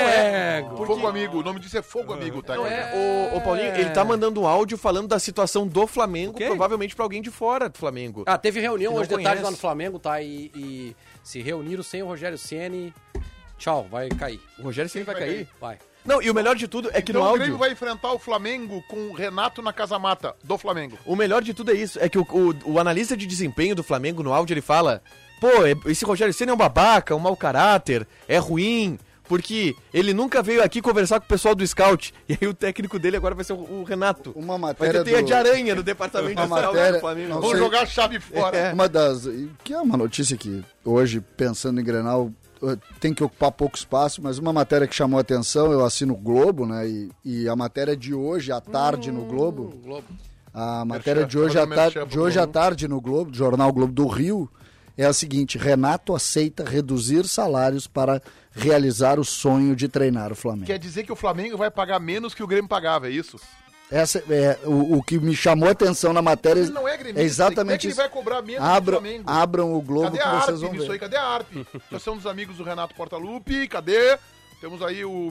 Speaker 7: Flamengo.
Speaker 3: Fogo amigo. O nome disso é Fogo Amigo, tá?
Speaker 7: Não
Speaker 3: aí,
Speaker 7: é.
Speaker 3: né?
Speaker 2: Ô, ô, Paulinho, ele tá mandando um áudio falando da situação do Flamengo,
Speaker 4: quê?
Speaker 2: provavelmente pra alguém de fora do Flamengo.
Speaker 7: Ah, teve reunião
Speaker 2: Que não
Speaker 7: hoje detalhes
Speaker 2: conhece.
Speaker 7: lá no Flamengo, tá? E, e se reuniram sem o Rogério Ceni. Tchau, vai cair.
Speaker 2: O Rogério sempre vai
Speaker 3: vai
Speaker 2: cair?
Speaker 7: Vai.
Speaker 2: Não, e o melhor de tudo é que
Speaker 3: Então
Speaker 2: no
Speaker 3: o Grêmio
Speaker 2: áudio.
Speaker 3: vai enfrentar o Flamengo com o Renato na Casa Mata, do Flamengo.
Speaker 2: O melhor de tudo é isso, é que o, o- o analista de desempenho do Flamengo no áudio ele fala: pô, é- esse Rogério Senna é um babaca, um mau caráter, é ruim, porque ele nunca veio aqui conversar com o pessoal do scout. E aí o técnico dele agora vai ser o, o Renato.
Speaker 6: Uma
Speaker 2: Vai ter
Speaker 6: matéria
Speaker 2: teia
Speaker 6: do-
Speaker 2: de aranha no departamento
Speaker 6: Uma
Speaker 2: de scout
Speaker 6: matéria-
Speaker 2: do Flamengo.
Speaker 6: não
Speaker 3: Vão
Speaker 6: sei.
Speaker 3: jogar a chave fora.
Speaker 6: Uma das. Que é uma notícia que hoje, pensando em Grenal, eh, tem que ocupar pouco espaço, mas uma matéria que chamou a atenção, eu assino o Globo, né? E, e a matéria de hoje à tarde no Globo.
Speaker 7: Globo.
Speaker 6: A matéria
Speaker 3: Hum, Merchan,
Speaker 6: de hoje,
Speaker 3: faz
Speaker 6: à,
Speaker 3: o
Speaker 6: tar-
Speaker 3: merchan é pro
Speaker 6: de hoje à
Speaker 3: Globo.
Speaker 6: tarde no Globo, do Jornal Globo do Rio, é a seguinte: Renato aceita reduzir salários para realizar o sonho de treinar o Flamengo.
Speaker 3: Quer dizer que é o Flamengo vai pagar menos que o Grêmio pagava, é isso?
Speaker 6: Essa é o, o que me chamou a atenção na matéria.
Speaker 3: Ele não é gremista,
Speaker 6: é
Speaker 3: como é que
Speaker 6: exatamente
Speaker 3: ele
Speaker 6: isso.
Speaker 3: vai cobrar menos que o
Speaker 6: Abra,
Speaker 3: Flamengo?
Speaker 6: abram o Globo
Speaker 3: Cadê
Speaker 6: que
Speaker 3: a
Speaker 6: vocês
Speaker 3: ARP
Speaker 6: vão
Speaker 3: nisso aí?
Speaker 6: ver.
Speaker 3: Cadê a ARP? Nós somos amigos do Renato Portaluppi, cadê? Temos aí o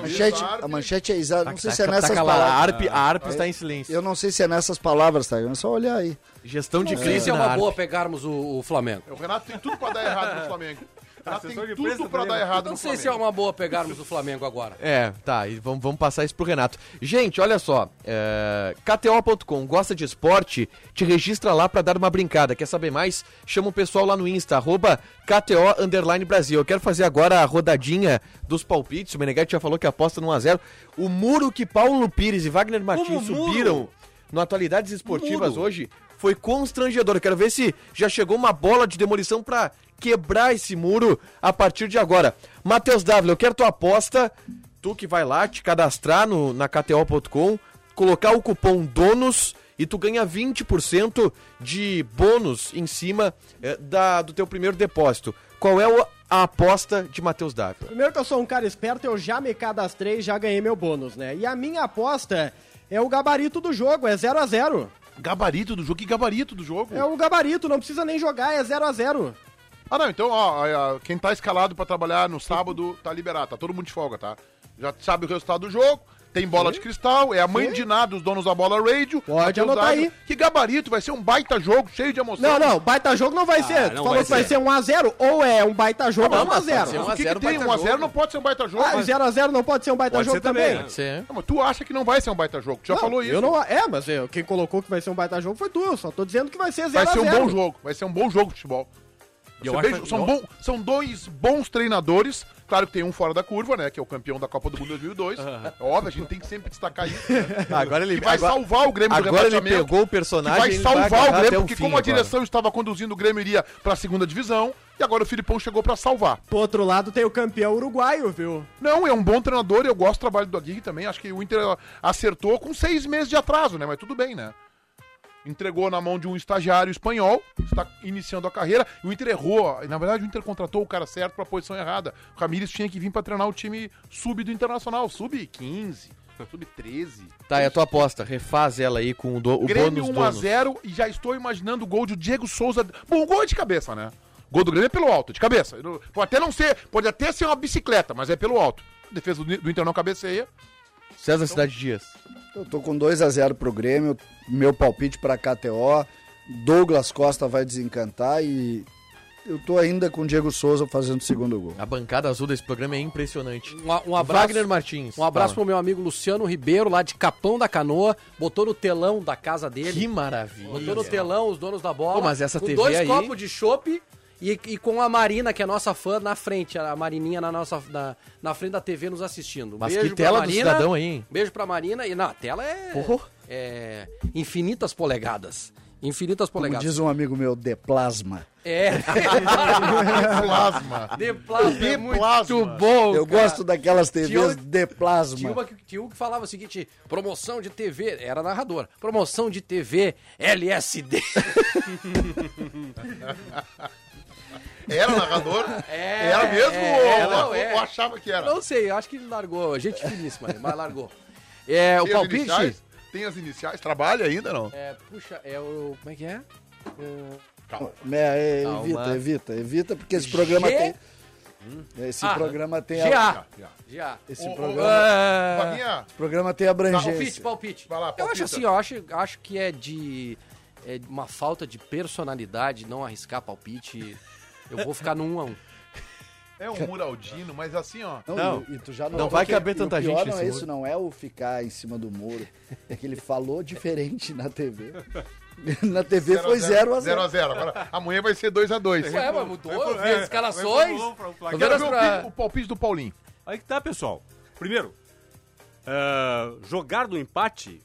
Speaker 4: Presidente.
Speaker 6: A
Speaker 3: financeiro
Speaker 6: manchete,
Speaker 3: da ARP.
Speaker 6: a manchete é exata. Não sei
Speaker 2: Tá-
Speaker 6: se é
Speaker 2: tá
Speaker 6: nessas
Speaker 2: calado. A
Speaker 6: palavras.
Speaker 2: ARP, a ARP está em silêncio.
Speaker 6: Eu não sei se é nessas palavras, tá? É só olhar aí.
Speaker 2: Gestão de
Speaker 7: Não sei
Speaker 2: crise
Speaker 7: se é
Speaker 2: na
Speaker 7: uma
Speaker 2: ARP.
Speaker 7: boa pegarmos o, o Flamengo.
Speaker 3: É, O Renato tem tudo pra dar errado no Flamengo. O Renato
Speaker 4: Assessor
Speaker 3: tem
Speaker 4: de
Speaker 3: tudo
Speaker 4: imprensa
Speaker 3: pra
Speaker 4: também,
Speaker 3: dar
Speaker 4: né?
Speaker 3: errado
Speaker 7: Não
Speaker 3: no
Speaker 7: sei
Speaker 3: Flamengo.
Speaker 7: se é uma boa pegarmos o Flamengo agora.
Speaker 2: É, tá, e vamos, vamos passar isso pro Renato. Gente, olha só, é, KTO.com gosta de esporte? Te registra lá pra dar uma brincada. Quer saber mais? Chama o pessoal lá no Insta, arroba KTO Underline Brasil. Eu quero fazer agora a rodadinha dos palpites. O Meneghetti já falou que aposta no 1x0. O muro que Paulo Pires e Wagner Martins
Speaker 4: muro?
Speaker 2: subiram no Atualidades Esportivas
Speaker 4: Muro.
Speaker 2: hoje foi constrangedor. Eu quero ver se já chegou uma bola de demolição pra quebrar esse muro a partir de agora. Matheus W, eu quero tua aposta. Tu que vai lá te cadastrar no, na KTO.com, colocar o cupom DONOS e tu ganha 20% de bônus em cima eh, da, do teu primeiro depósito. Qual é o- a aposta de Matheus W?
Speaker 5: Primeiro que eu sou um cara esperto, eu já me cadastrei, já ganhei meu bônus, né? E a minha aposta é o gabarito do jogo, é 0 a 0
Speaker 6: É
Speaker 3: Gabarito do jogo, que gabarito do jogo?
Speaker 5: É o gabarito, não precisa nem jogar, é 0 a 0
Speaker 3: Ah, não, então, ó, ó, ó, quem tá escalado pra trabalhar no sábado tá liberado, tá todo mundo de folga, tá? Já sabe o resultado do jogo, tem bola de cristal, é a mãe de nada dos donos da bola radio.
Speaker 5: Pode
Speaker 3: Matheus
Speaker 5: anotar
Speaker 3: Dávila.
Speaker 5: aí.
Speaker 3: Que gabarito, vai ser um baita jogo, cheio de emoção.
Speaker 5: Não, não, baita jogo Ah, não vai ser. Tu
Speaker 4: não
Speaker 5: falou
Speaker 4: vai
Speaker 5: que vai
Speaker 4: ser.
Speaker 5: ser 1x0, ou é um baita jogo
Speaker 2: Ah,
Speaker 5: ou
Speaker 2: não, mas
Speaker 4: É
Speaker 2: pode ser
Speaker 5: 1x0.
Speaker 2: um
Speaker 3: Mas o que,
Speaker 2: 1 a 0
Speaker 3: que tem?
Speaker 2: baita
Speaker 3: 1 a 0
Speaker 2: jogo.
Speaker 3: não pode ser um baita jogo.
Speaker 5: Ah,
Speaker 3: mas...
Speaker 5: 0x0 não pode ser um baita
Speaker 4: Pode
Speaker 5: jogo
Speaker 4: ser também,
Speaker 5: também.
Speaker 4: né?
Speaker 2: Sim.
Speaker 3: Não, mas tu acha que não vai ser um baita jogo, tu já
Speaker 5: Não,
Speaker 3: falou isso.
Speaker 5: Eu não, é, mas eu, quem colocou que vai ser um baita jogo foi tu. Eu só tô dizendo que vai ser 0x0.
Speaker 3: Vai ser um bom jogo, vai ser um bom jogo de futebol.
Speaker 4: E eu
Speaker 3: Você
Speaker 4: acho
Speaker 3: veja,
Speaker 4: que-
Speaker 3: são,
Speaker 4: eu-
Speaker 3: bom- são dois bons treinadores. Claro que tem um fora da curva, né? Que é o campeão da Copa do Mundo 2002. É Óbvio, a gente tem que sempre destacar isso. né?
Speaker 2: Agora ele
Speaker 3: Que vai salvar o Grêmio
Speaker 2: Agora ele
Speaker 3: rebaixamento,
Speaker 2: pegou o
Speaker 3: que
Speaker 2: personagem.
Speaker 3: vai
Speaker 2: ele
Speaker 3: salvar o
Speaker 2: agarrar até
Speaker 3: Grêmio, porque
Speaker 2: fim
Speaker 3: como a
Speaker 2: agora.
Speaker 3: direção estava conduzindo, o Grêmio iria para a segunda divisão. E agora o Filipão chegou para salvar.
Speaker 5: Pro outro lado tem o campeão uruguaio, viu?
Speaker 3: Não, é um bom treinador, eu gosto do trabalho do Aguirre também. Acho que o Inter acertou com seis meses de atraso, né? Mas tudo bem, né? Entregou na mão de um estagiário espanhol, está iniciando a carreira. E o Inter errou. Na verdade, o Inter contratou o cara certo para a posição errada. O Ramires tinha que vir para treinar o time sub do Internacional, sub 15, sub 13.
Speaker 2: Tá, é a tua aposta. Refaz ela aí com o, do, o
Speaker 3: Grêmio
Speaker 2: bônus dono.
Speaker 3: 1x0 e já estou imaginando o gol de Diego Souza. Bom, o gol é de cabeça, né? O gol do Grêmio é pelo alto, de cabeça. Pode até não ser, pode até ser uma bicicleta, mas é pelo alto. A defesa do do Inter não cabeceia.
Speaker 2: César Cidade Dias.
Speaker 6: Eu tô com 2 a 0 pro Grêmio, meu palpite pra KTO, Douglas Costa vai desencantar e eu tô ainda com o Diego Souza fazendo o segundo gol.
Speaker 2: A bancada azul desse programa é impressionante.
Speaker 7: Um, um abraço.
Speaker 2: Wagner Martins.
Speaker 7: Um abraço
Speaker 2: Fala.
Speaker 7: pro meu amigo Luciano Ribeiro, lá de Capão da Canoa. Botou no telão da casa dele.
Speaker 2: Que maravilha.
Speaker 7: Botou no telão os donos da bola.
Speaker 2: Pô, mas essa
Speaker 7: com
Speaker 2: TV
Speaker 7: dois
Speaker 2: aí-
Speaker 7: copos de chopp e, e com a Marina, que é nossa fã, na frente. A Marininha na, nossa, na, na frente da TV nos assistindo.
Speaker 2: Mas que
Speaker 7: pra
Speaker 2: tela do cidadão aí, hein?
Speaker 7: Beijo pra Marina. E na tela é,
Speaker 2: Porra.
Speaker 7: é infinitas polegadas. Infinitas
Speaker 6: Como
Speaker 7: polegadas.
Speaker 6: diz um amigo meu, de plasma.
Speaker 7: É.
Speaker 3: Plasma.
Speaker 7: De plasma. é muito
Speaker 3: Plasma.
Speaker 7: bom,
Speaker 6: Eu
Speaker 7: cara.
Speaker 6: gosto daquelas TVs
Speaker 7: Tio-
Speaker 6: de
Speaker 7: Tinha
Speaker 6: plasma.
Speaker 7: uma que, tinha um que falava o seguinte: promoção de TV, era narrador, promoção de TV LSD.
Speaker 3: Era narrador?
Speaker 7: É,
Speaker 3: era mesmo?
Speaker 7: é,
Speaker 3: ou,
Speaker 7: não,
Speaker 3: ou-
Speaker 7: é.
Speaker 3: ou achava que era?
Speaker 7: Não sei, eu acho que ele largou, gente finíssima, mas largou. É, o
Speaker 3: Tem as
Speaker 7: palpite.
Speaker 3: iniciais? Tem as iniciais? Trabalha ainda, não?
Speaker 7: É, puxa, é o. Como é que
Speaker 6: É,
Speaker 7: é?
Speaker 6: é,
Speaker 7: Calma.
Speaker 6: evita, evita, evita, porque esse programa
Speaker 7: G-
Speaker 6: tem. Esse
Speaker 7: Ah,
Speaker 6: programa tem a,
Speaker 7: GA.
Speaker 3: Já, já.
Speaker 7: GA.
Speaker 6: esse
Speaker 3: Ô, ô,
Speaker 6: programa,
Speaker 3: Vaguinha,
Speaker 6: programa tem
Speaker 7: Palpite,
Speaker 6: abrangência.
Speaker 7: palpite.
Speaker 3: Vai lá,
Speaker 7: eu
Speaker 3: palpita.
Speaker 7: acho assim, eu acho, acho que é de. É de uma falta de personalidade não arriscar palpite. Eu vou ficar no 1 um a 1 um.
Speaker 3: é um Muraldino, mas assim, ó.
Speaker 6: Não,
Speaker 2: Não.
Speaker 6: E, e tu já
Speaker 2: Não vai
Speaker 6: porque
Speaker 2: caber
Speaker 6: o
Speaker 2: tanta
Speaker 6: pior
Speaker 2: gente
Speaker 6: Não é
Speaker 2: nesse
Speaker 6: isso, não é o ficar em cima do muro. É que ele falou diferente na TV. na TV foi 0 a 0
Speaker 3: 0x0. Agora, amanhã vai ser 2x2.
Speaker 7: Ué, mas mudou, né? eu vi as escalações.
Speaker 4: Vai pro gol, pro placar.
Speaker 7: Eu vi
Speaker 3: Quero
Speaker 7: as
Speaker 3: ver o
Speaker 7: pra-
Speaker 3: pi- o palpite do Paulinho.
Speaker 4: Aí que tá, pessoal. Primeiro, ah, jogar no empate,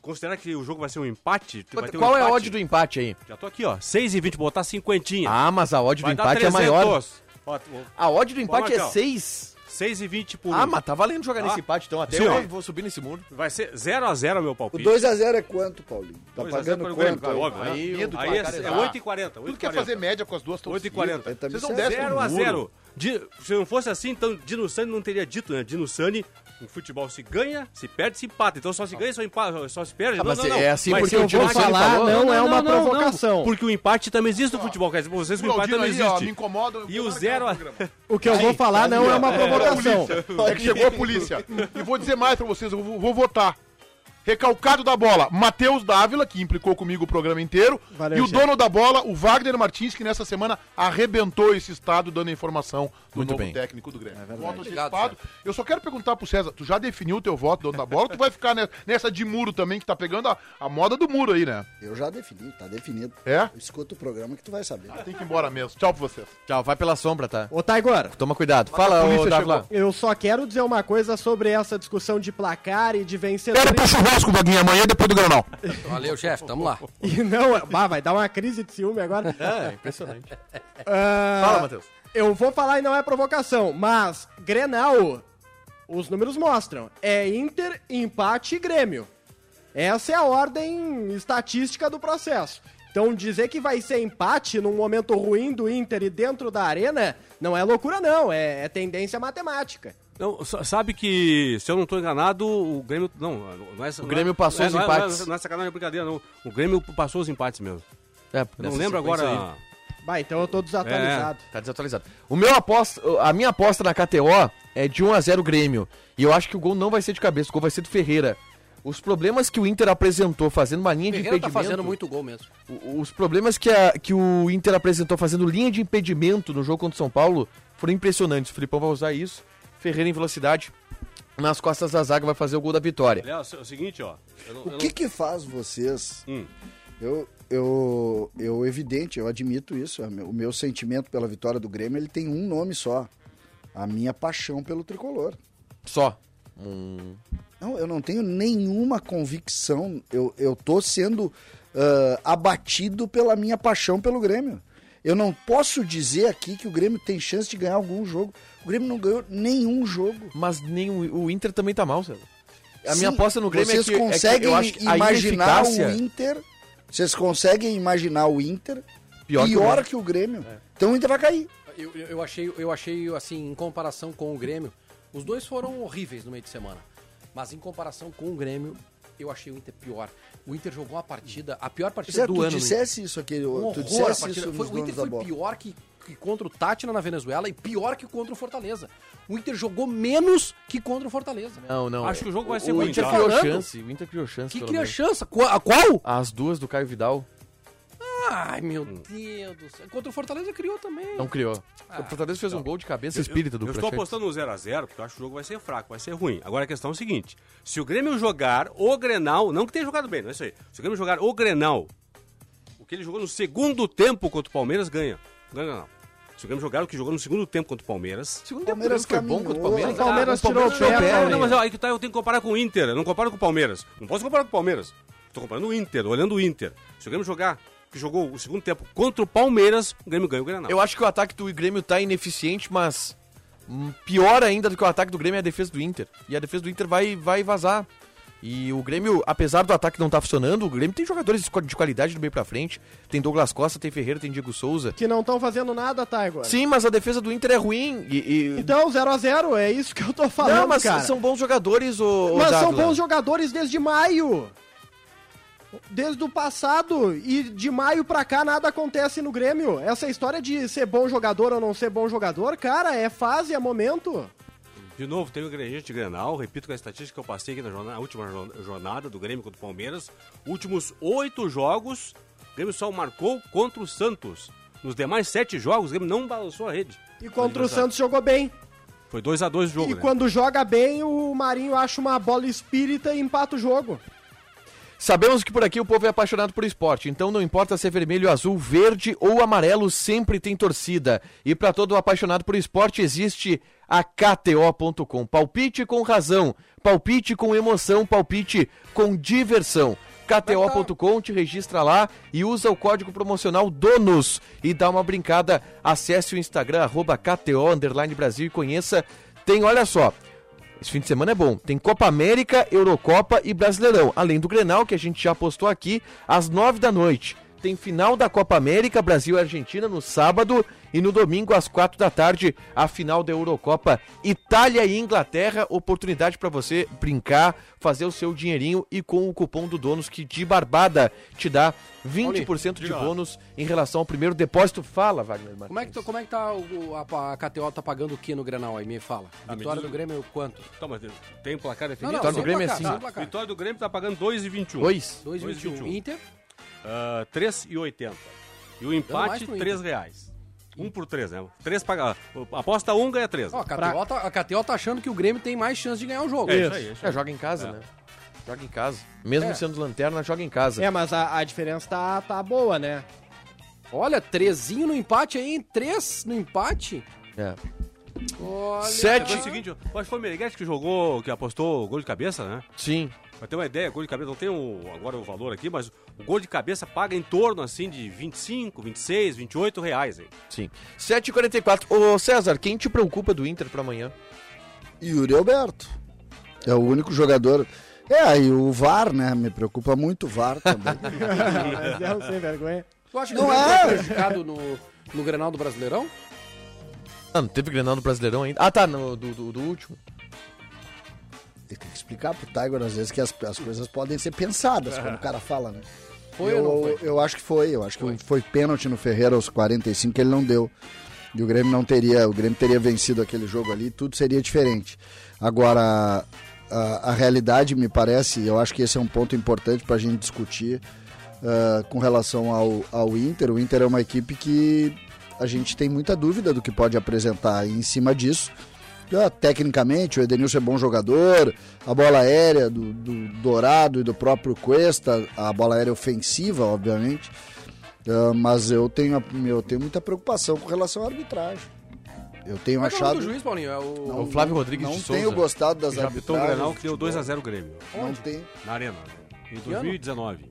Speaker 4: considerar que o jogo vai ser um empate. vai ter um
Speaker 2: Qual é a
Speaker 4: empate?
Speaker 2: odd do empate aí?
Speaker 4: Já tô aqui, ó. 6,20, botar cinquentinha.
Speaker 2: Ah, mas a odd do
Speaker 4: vai tá dar
Speaker 2: empate é maior.
Speaker 4: 300. Ó, o-
Speaker 2: A odd do empate é
Speaker 4: marcar, ó.
Speaker 2: 6.
Speaker 4: 6,20 por
Speaker 2: Ah,
Speaker 4: um.
Speaker 2: mas tá valendo jogar
Speaker 4: então. Ah.
Speaker 2: nesse empate, então até
Speaker 4: Sim,
Speaker 2: eu
Speaker 4: ó.
Speaker 2: vou subir nesse muro.
Speaker 4: Vai ser 0x0 meu
Speaker 6: O
Speaker 4: palpite.
Speaker 6: 2 a 0 é quanto, Paulinho? Tá
Speaker 4: 2 a 0
Speaker 6: pagando
Speaker 4: para o Grêmio,
Speaker 6: quanto?
Speaker 4: claro, óbvio, né?
Speaker 2: Aí,
Speaker 4: Aí,
Speaker 2: o
Speaker 4: é,
Speaker 2: placar é
Speaker 4: é
Speaker 2: lá.
Speaker 4: 8h40.
Speaker 3: Tu quer fazer média com as duas torcidas?
Speaker 4: 8h40.
Speaker 6: Eu também
Speaker 3: Vocês não
Speaker 6: sei.
Speaker 3: descem do muro.
Speaker 4: 0x0. Se não fosse assim, então Dino Sani não teria dito, né? Dino Sani, o futebol se ganha, se perde, se empata. Então só se ganha, só, empata, só se perde.
Speaker 2: Ah,
Speaker 4: não,
Speaker 2: mas
Speaker 4: não, não.
Speaker 2: é assim
Speaker 4: Vai
Speaker 2: porque o
Speaker 4: ser um
Speaker 2: Dino
Speaker 4: empate.
Speaker 2: Sani
Speaker 5: falar
Speaker 2: falou-
Speaker 5: não, é uma
Speaker 4: não, não,
Speaker 5: provocação.
Speaker 4: Porque o empate também existe no futebol, quer dizer, pra vocês que o empate também
Speaker 3: Muraldino aí, ó, me
Speaker 4: existe.
Speaker 3: incomoda.
Speaker 4: E o 0
Speaker 3: tá?
Speaker 4: a
Speaker 5: O que eu vou falar não é uma provocação.
Speaker 3: É que chegou a polícia. E vou dizer mais pra vocês, eu vou, vou votar. Recalcado da bola, Matheus Dávila, que implicou comigo o programa inteiro.
Speaker 5: Valeu,
Speaker 3: e o
Speaker 5: chefe.
Speaker 3: dono da bola, o Wagner Martins, que nessa semana arrebentou esse estado dando a informação do
Speaker 2: Muito
Speaker 3: novo
Speaker 2: bem.
Speaker 3: técnico do Grêmio. voto
Speaker 7: Obrigado,
Speaker 3: antecipado. Eu só quero perguntar pro César, tu já definiu o teu voto, dono da bola? ou tu vai ficar ne- nessa de muro também, que tá pegando a, a moda do muro aí, né?
Speaker 6: Eu já defini, tá definido.
Speaker 3: É?
Speaker 6: Escuta o programa que tu vai saber.
Speaker 3: Tem que ir embora mesmo. Tchau pra vocês.
Speaker 2: Tchau, vai pela sombra, tá?
Speaker 5: Ô, Taigor,
Speaker 2: Toma cuidado. Fala, ô
Speaker 3: polícia
Speaker 2: Davila.
Speaker 5: eu só quero dizer uma coisa sobre essa discussão de placar e de vencedor.
Speaker 3: Era pro churrasco, Vaguinha, amanhã depois do Granal.
Speaker 7: Valeu, chefe, tamo lá.
Speaker 5: E não, bah, vai dar uma crise de ciúme agora.
Speaker 2: É, impressionante.
Speaker 5: Ah,
Speaker 2: Fala, Matheus.
Speaker 5: Eu vou falar e não é provocação, mas Grenal, os números mostram, é Inter, empate e Grêmio. Essa é a ordem estatística do processo. Então dizer que vai ser empate num momento ruim do Inter e dentro da arena não é loucura não, é, é tendência matemática.
Speaker 4: Não, sa- sabe que, se eu não tô enganado, o Grêmio. Não, não é, o
Speaker 2: Grêmio passou os
Speaker 4: Não é,
Speaker 2: empates.
Speaker 4: não é sacanagem, é brincadeira, não. O Grêmio passou os empates mesmo.
Speaker 2: É,
Speaker 4: Eu não
Speaker 2: nessa
Speaker 4: lembro
Speaker 2: sequência
Speaker 4: agora.
Speaker 2: aí.
Speaker 5: Bah, então eu tô desatualizado.
Speaker 2: Tá desatualizado. O meu aposta, a minha aposta na KTO é de 1 a 0 Grêmio. E eu acho que o gol não vai ser de cabeça, o gol vai ser do Ferreira. Os problemas que o Inter apresentou fazendo uma linha de
Speaker 7: Ferreira
Speaker 2: impedimento.
Speaker 7: tá fazendo muito gol mesmo.
Speaker 2: o- Os problemas que, a- que o Inter apresentou fazendo linha de impedimento no jogo contra o São Paulo foram impressionantes. O Filipão vai usar isso. Ferreira em velocidade nas costas da zaga vai fazer o gol da vitória.
Speaker 4: Léo, é o seguinte, ó. eu não- eu
Speaker 6: O
Speaker 4: não-
Speaker 6: que que faz vocês?
Speaker 4: Hum.
Speaker 6: Eu, eu, eu, evidente, eu admito isso. é meu- O meu sentimento pela vitória do Grêmio, ele tem um nome só. A minha paixão pelo tricolor.
Speaker 2: Só. Um-
Speaker 6: Não, eu não tenho nenhuma convicção. Eu, eu tô sendo ah, abatido pela minha paixão pelo Grêmio. Eu não posso dizer aqui que o Grêmio tem chance de ganhar algum jogo. O Grêmio não ganhou nenhum jogo.
Speaker 2: Mas nem o, o Inter também tá mal, Célio. A
Speaker 6: Sim,
Speaker 2: minha aposta no Grêmio
Speaker 6: vocês
Speaker 2: é que,
Speaker 6: conseguem
Speaker 2: é que eu acho que a
Speaker 6: imaginar
Speaker 2: ineficácia-
Speaker 6: o Inter. Vocês conseguem imaginar o Inter
Speaker 2: Pior
Speaker 6: pior,
Speaker 2: que o Grêmio.
Speaker 6: que o Grêmio. Então o Inter vai cair.
Speaker 7: Eu, eu- eu achei, eu achei, assim, em comparação com o Grêmio, os dois foram horríveis no meio de semana. Mas em comparação com o Grêmio, eu achei o Inter pior. O Inter jogou uma partida, a pior
Speaker 2: é
Speaker 7: partida
Speaker 6: Se
Speaker 7: do
Speaker 6: tu
Speaker 7: ano. no Inter.
Speaker 6: dissesse isso aqui,
Speaker 7: Um horror
Speaker 6: tu
Speaker 7: a
Speaker 6: dissesse
Speaker 7: partida.
Speaker 6: isso
Speaker 7: Foi-
Speaker 6: nos
Speaker 7: o Inter
Speaker 6: donos da
Speaker 7: foi
Speaker 6: bola.
Speaker 7: pior que, que contra o Tátila na Venezuela e pior que contra o Fortaleza. O Inter jogou menos que contra o Fortaleza.
Speaker 2: Não, não.
Speaker 4: Acho que o jogo vai ser
Speaker 2: o
Speaker 4: ruim,
Speaker 2: Inter
Speaker 4: tá?
Speaker 2: criou
Speaker 7: Falando.
Speaker 2: chance. O Inter criou chance.
Speaker 7: Que
Speaker 2: pelo
Speaker 7: cria
Speaker 2: menos.
Speaker 7: chance? Qu- A qual?
Speaker 2: As duas do Caio Vidal
Speaker 7: Ai, meu Deus do céu. Contra o Fortaleza criou também.
Speaker 2: não criou. o Fortaleza fez um gol de cabeça espírita do
Speaker 4: Eu estou
Speaker 2: Prochete.
Speaker 4: apostando no 0x0, porque eu acho que o jogo vai ser fraco, vai ser ruim. Agora a questão é o seguinte: se o Grêmio jogar o Grenal, não que tenha jogado bem, não é isso aí. Se o Grêmio jogar o Grenal, o que ele jogou no segundo tempo contra o Palmeiras ganha. Ganha o Grenal. Se o Grêmio jogar o que jogou no segundo tempo contra o Palmeiras.
Speaker 2: Segundo
Speaker 6: Palmeiras
Speaker 2: tempo, o Grêmio foi bom contra o Palmeiras.
Speaker 5: O Palmeiras tirou o pé,
Speaker 4: Não,
Speaker 5: né?
Speaker 4: não, mas ó, aí que tá, eu tenho que comparar com o Inter, eu não comparo com o Palmeiras. Não posso comparar com o Palmeiras. Tô comparando o Inter, olhando o Inter. Se o Grêmio jogar, que jogou o segundo tempo contra o Palmeiras, o Grêmio ganha o Grenal.
Speaker 2: Eu acho que o ataque do Grêmio tá ineficiente, mas hum, pior ainda do que o ataque do Grêmio é a defesa do Inter. E a defesa do Inter vai, vai vazar. E o Grêmio, apesar do ataque não estar funcionando, o Grêmio tem jogadores de qua- de qualidade do meio pra frente. Tem Douglas Costa, tem Ferreira, tem Diego Souza.
Speaker 5: Que não estão fazendo nada, tá, agora.
Speaker 2: Sim, mas a defesa do Inter é ruim. E, e-
Speaker 5: Então, 0x0, é isso que eu tô falando,
Speaker 2: Não, mas
Speaker 5: cara.
Speaker 2: são bons jogadores, o
Speaker 5: Mas são bons jogadores desde maio. Desde o passado. E de maio pra cá nada acontece no Grêmio. Essa história de ser bom jogador ou não ser bom jogador, cara, é fase, é momento.
Speaker 4: De novo, tem o ingrediente de Grenal, repito com a estatística que eu passei aqui na, jornada, na última jorna- jornada do Grêmio contra o Palmeiras. Últimos oito jogos, o Grêmio só marcou contra o Santos. Nos demais sete jogos, o Grêmio não balançou a rede.
Speaker 5: E contra o Santos jogou bem.
Speaker 4: Foi 2 a 2 o jogo,
Speaker 5: E
Speaker 4: né?
Speaker 5: quando joga bem, o Marinho acha uma bola espírita e empata o jogo.
Speaker 2: Sabemos que por aqui o povo é apaixonado por esporte, então não importa se é vermelho, azul, verde ou amarelo, sempre tem torcida. E para todo apaixonado por esporte existe a KTO.com. Palpite com razão, palpite com emoção, palpite com diversão. KTO.com, te registra lá e usa o código promocional DONOS e dá uma brincada. Acesse o Instagram, arroba KTO, underline Brasil e conheça. Tem, olha só, esse fim de semana é bom. Tem Copa América, Eurocopa e Brasileirão. Além do Grenal, que a gente já postou aqui, às nove da noite. Tem final da Copa América, Brasil e Argentina, no sábado. E no domingo, às quatro da tarde, a final da Eurocopa. Itália e Inglaterra, oportunidade para você brincar, fazer o seu dinheirinho e com o cupom do Donos, que de barbada te dá 20% de bônus em relação ao primeiro depósito. Fala, Wagner Martins.
Speaker 7: Como é que, tu- como é que tá o, a, a KTO tá pagando o que no Granal aí? Me fala.
Speaker 4: Ah, me
Speaker 7: Vitória
Speaker 4: diz
Speaker 7: do
Speaker 4: o-
Speaker 7: Grêmio, quanto?
Speaker 4: Tá, mas tem placar definido? Tá
Speaker 2: Vitória é do
Speaker 7: sem
Speaker 2: Grêmio é
Speaker 7: placar,
Speaker 2: assim.
Speaker 7: sem placar.
Speaker 4: Vitória do Grêmio tá pagando 2,21.
Speaker 2: Dois.
Speaker 7: 2,21.
Speaker 4: 2,21.
Speaker 7: Inter.
Speaker 4: Ah, 3,80. E o
Speaker 7: mais
Speaker 4: empate,
Speaker 7: pro Inter.
Speaker 4: 3 reais. 1 um por 3, né? 3 paga... Aposta 1, um, ganha 3.
Speaker 7: Ó, a, KTO tá, a KTO tá achando que o Grêmio tem mais chance de ganhar o jogo.
Speaker 4: é isso aí. é isso aí.
Speaker 2: É, joga em casa, né? Joga em casa. Mesmo
Speaker 7: É.
Speaker 2: sendo lanterna, joga em casa.
Speaker 5: É, mas a, a diferença tá, tá boa, né?
Speaker 7: Olha, trezinho no empate aí, hein? três no empate.
Speaker 2: É.
Speaker 7: Olha.
Speaker 2: Sete.
Speaker 4: Foi o seguinte, eu acho que foi o Meneghetti que jogou, que apostou gol de cabeça, né?
Speaker 2: Sim.
Speaker 4: Pra ter uma ideia, gol de cabeça, não tem o, agora o valor aqui, mas o gol de cabeça paga em torno, assim, de 25, 26, 28 reais, hein?
Speaker 2: Sim. 7h44. Ô, César, quem te preocupa do Inter pra amanhã?
Speaker 6: Yuri Alberto. É o único jogador. É, e o VAR, né? Me preocupa muito o VAR também.
Speaker 5: mas é um sem vergonha.
Speaker 7: Tu acha que
Speaker 6: Não
Speaker 7: o Grêmio
Speaker 6: é.
Speaker 7: foi prejudicado no, no Grenal do Brasileirão?
Speaker 2: Ah, não teve Grenal no Brasileirão ainda. Ah, tá, no, do, do, do último.
Speaker 6: Tem que explicar pro Tiger às vezes que as, as coisas podem ser pensadas quando o cara fala, né?
Speaker 7: Foi
Speaker 6: eu,
Speaker 7: ou não foi?
Speaker 6: eu acho que foi. Eu acho que foi, pênalti no Ferreira aos 45 que ele não deu. E o Grêmio não teria. O Grêmio teria vencido aquele jogo ali, tudo seria diferente. Agora, a, a realidade me parece, e eu acho que esse é um ponto importante para a gente discutir ah, com relação ao, ao Inter. O Inter é uma equipe que a gente tem muita dúvida do que pode apresentar. E em cima disso, ah, tecnicamente, o Edenilson é bom jogador, a bola aérea do, do Dourado e do próprio Cuesta, a bola aérea ofensiva, obviamente, Ah, mas eu tenho, a- eu tenho muita preocupação com relação à arbitragem. Eu tenho
Speaker 7: Qual é o nome
Speaker 6: achado.
Speaker 7: do juiz, Paulinho? É o...
Speaker 2: o Flávio Rodrigues
Speaker 6: não
Speaker 2: de
Speaker 6: tenho
Speaker 2: Souza.
Speaker 6: gostado das
Speaker 4: Já apitou um
Speaker 6: arbitragens.
Speaker 4: Grenal que deu 2x0 o Grêmio.
Speaker 6: Não tem.
Speaker 4: Na arena. né? Em 2019.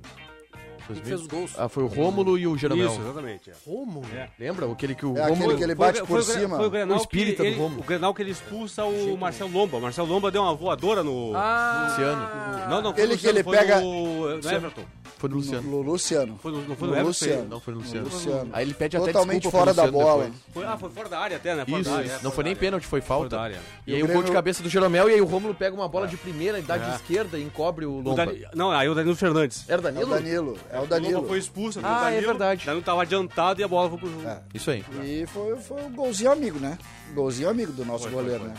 Speaker 7: que fez os gols.
Speaker 2: Ah, foi o Rômulo e o Jeromel.
Speaker 4: Isso, exatamente. é.
Speaker 7: Como?
Speaker 2: Lembra? Aquele que o
Speaker 6: É
Speaker 2: Rômulo...
Speaker 6: aquele que ele bate
Speaker 4: o-
Speaker 6: por
Speaker 4: o Gre-
Speaker 6: cima.
Speaker 4: Foi o Grenal,
Speaker 2: O espírito
Speaker 4: que ele,
Speaker 2: do Rômulo.
Speaker 4: o Grenal que ele expulsa o Marcelo Lomba. O Marcelo Lomba deu uma voadora no...
Speaker 7: Ah,
Speaker 2: Luciano.
Speaker 4: Não, não, foi
Speaker 6: Ele
Speaker 4: no
Speaker 6: que ele
Speaker 4: foi
Speaker 6: pega-
Speaker 4: No, no Everton.
Speaker 2: Foi no Luciano.
Speaker 6: Lu- Luciano.
Speaker 4: Foi no, não foi
Speaker 6: No
Speaker 4: no, Everton?
Speaker 6: Luciano.
Speaker 2: Não, foi no Luciano.
Speaker 6: Luciano.
Speaker 2: Aí ele pede até
Speaker 6: Totalmente
Speaker 2: desculpa pro
Speaker 6: fora da
Speaker 2: Luciano
Speaker 6: bola.
Speaker 2: depois.
Speaker 4: Foi, ah, foi fora da área até, né? Fora
Speaker 2: Isso,
Speaker 4: da área,
Speaker 2: isso.
Speaker 4: é,
Speaker 2: Não
Speaker 4: fora
Speaker 2: foi
Speaker 4: da
Speaker 2: nem
Speaker 4: área.
Speaker 2: pênalti, foi
Speaker 4: Fora
Speaker 2: falta.
Speaker 4: da área.
Speaker 2: E aí o gol de cabeça do Jeromel e aí o Rômulo pega uma bola de primeira e dá de esquerda e encobre o
Speaker 4: É. O
Speaker 2: Lomba.
Speaker 4: Dani- Não, aí o Danilo Fernandes.
Speaker 2: Era
Speaker 6: É o
Speaker 2: Danilo?
Speaker 6: Danilo. É o
Speaker 4: O
Speaker 6: Danilo.
Speaker 4: Lomba foi expulso.
Speaker 2: Ah,
Speaker 4: o Danilo,
Speaker 2: é verdade.
Speaker 4: O Danilo tava adiantado e a bola foi pro jogo.
Speaker 6: É.
Speaker 2: Isso aí.
Speaker 6: E foi, foi um golzinho amigo, né? Golzinho amigo do nosso goleiro, né?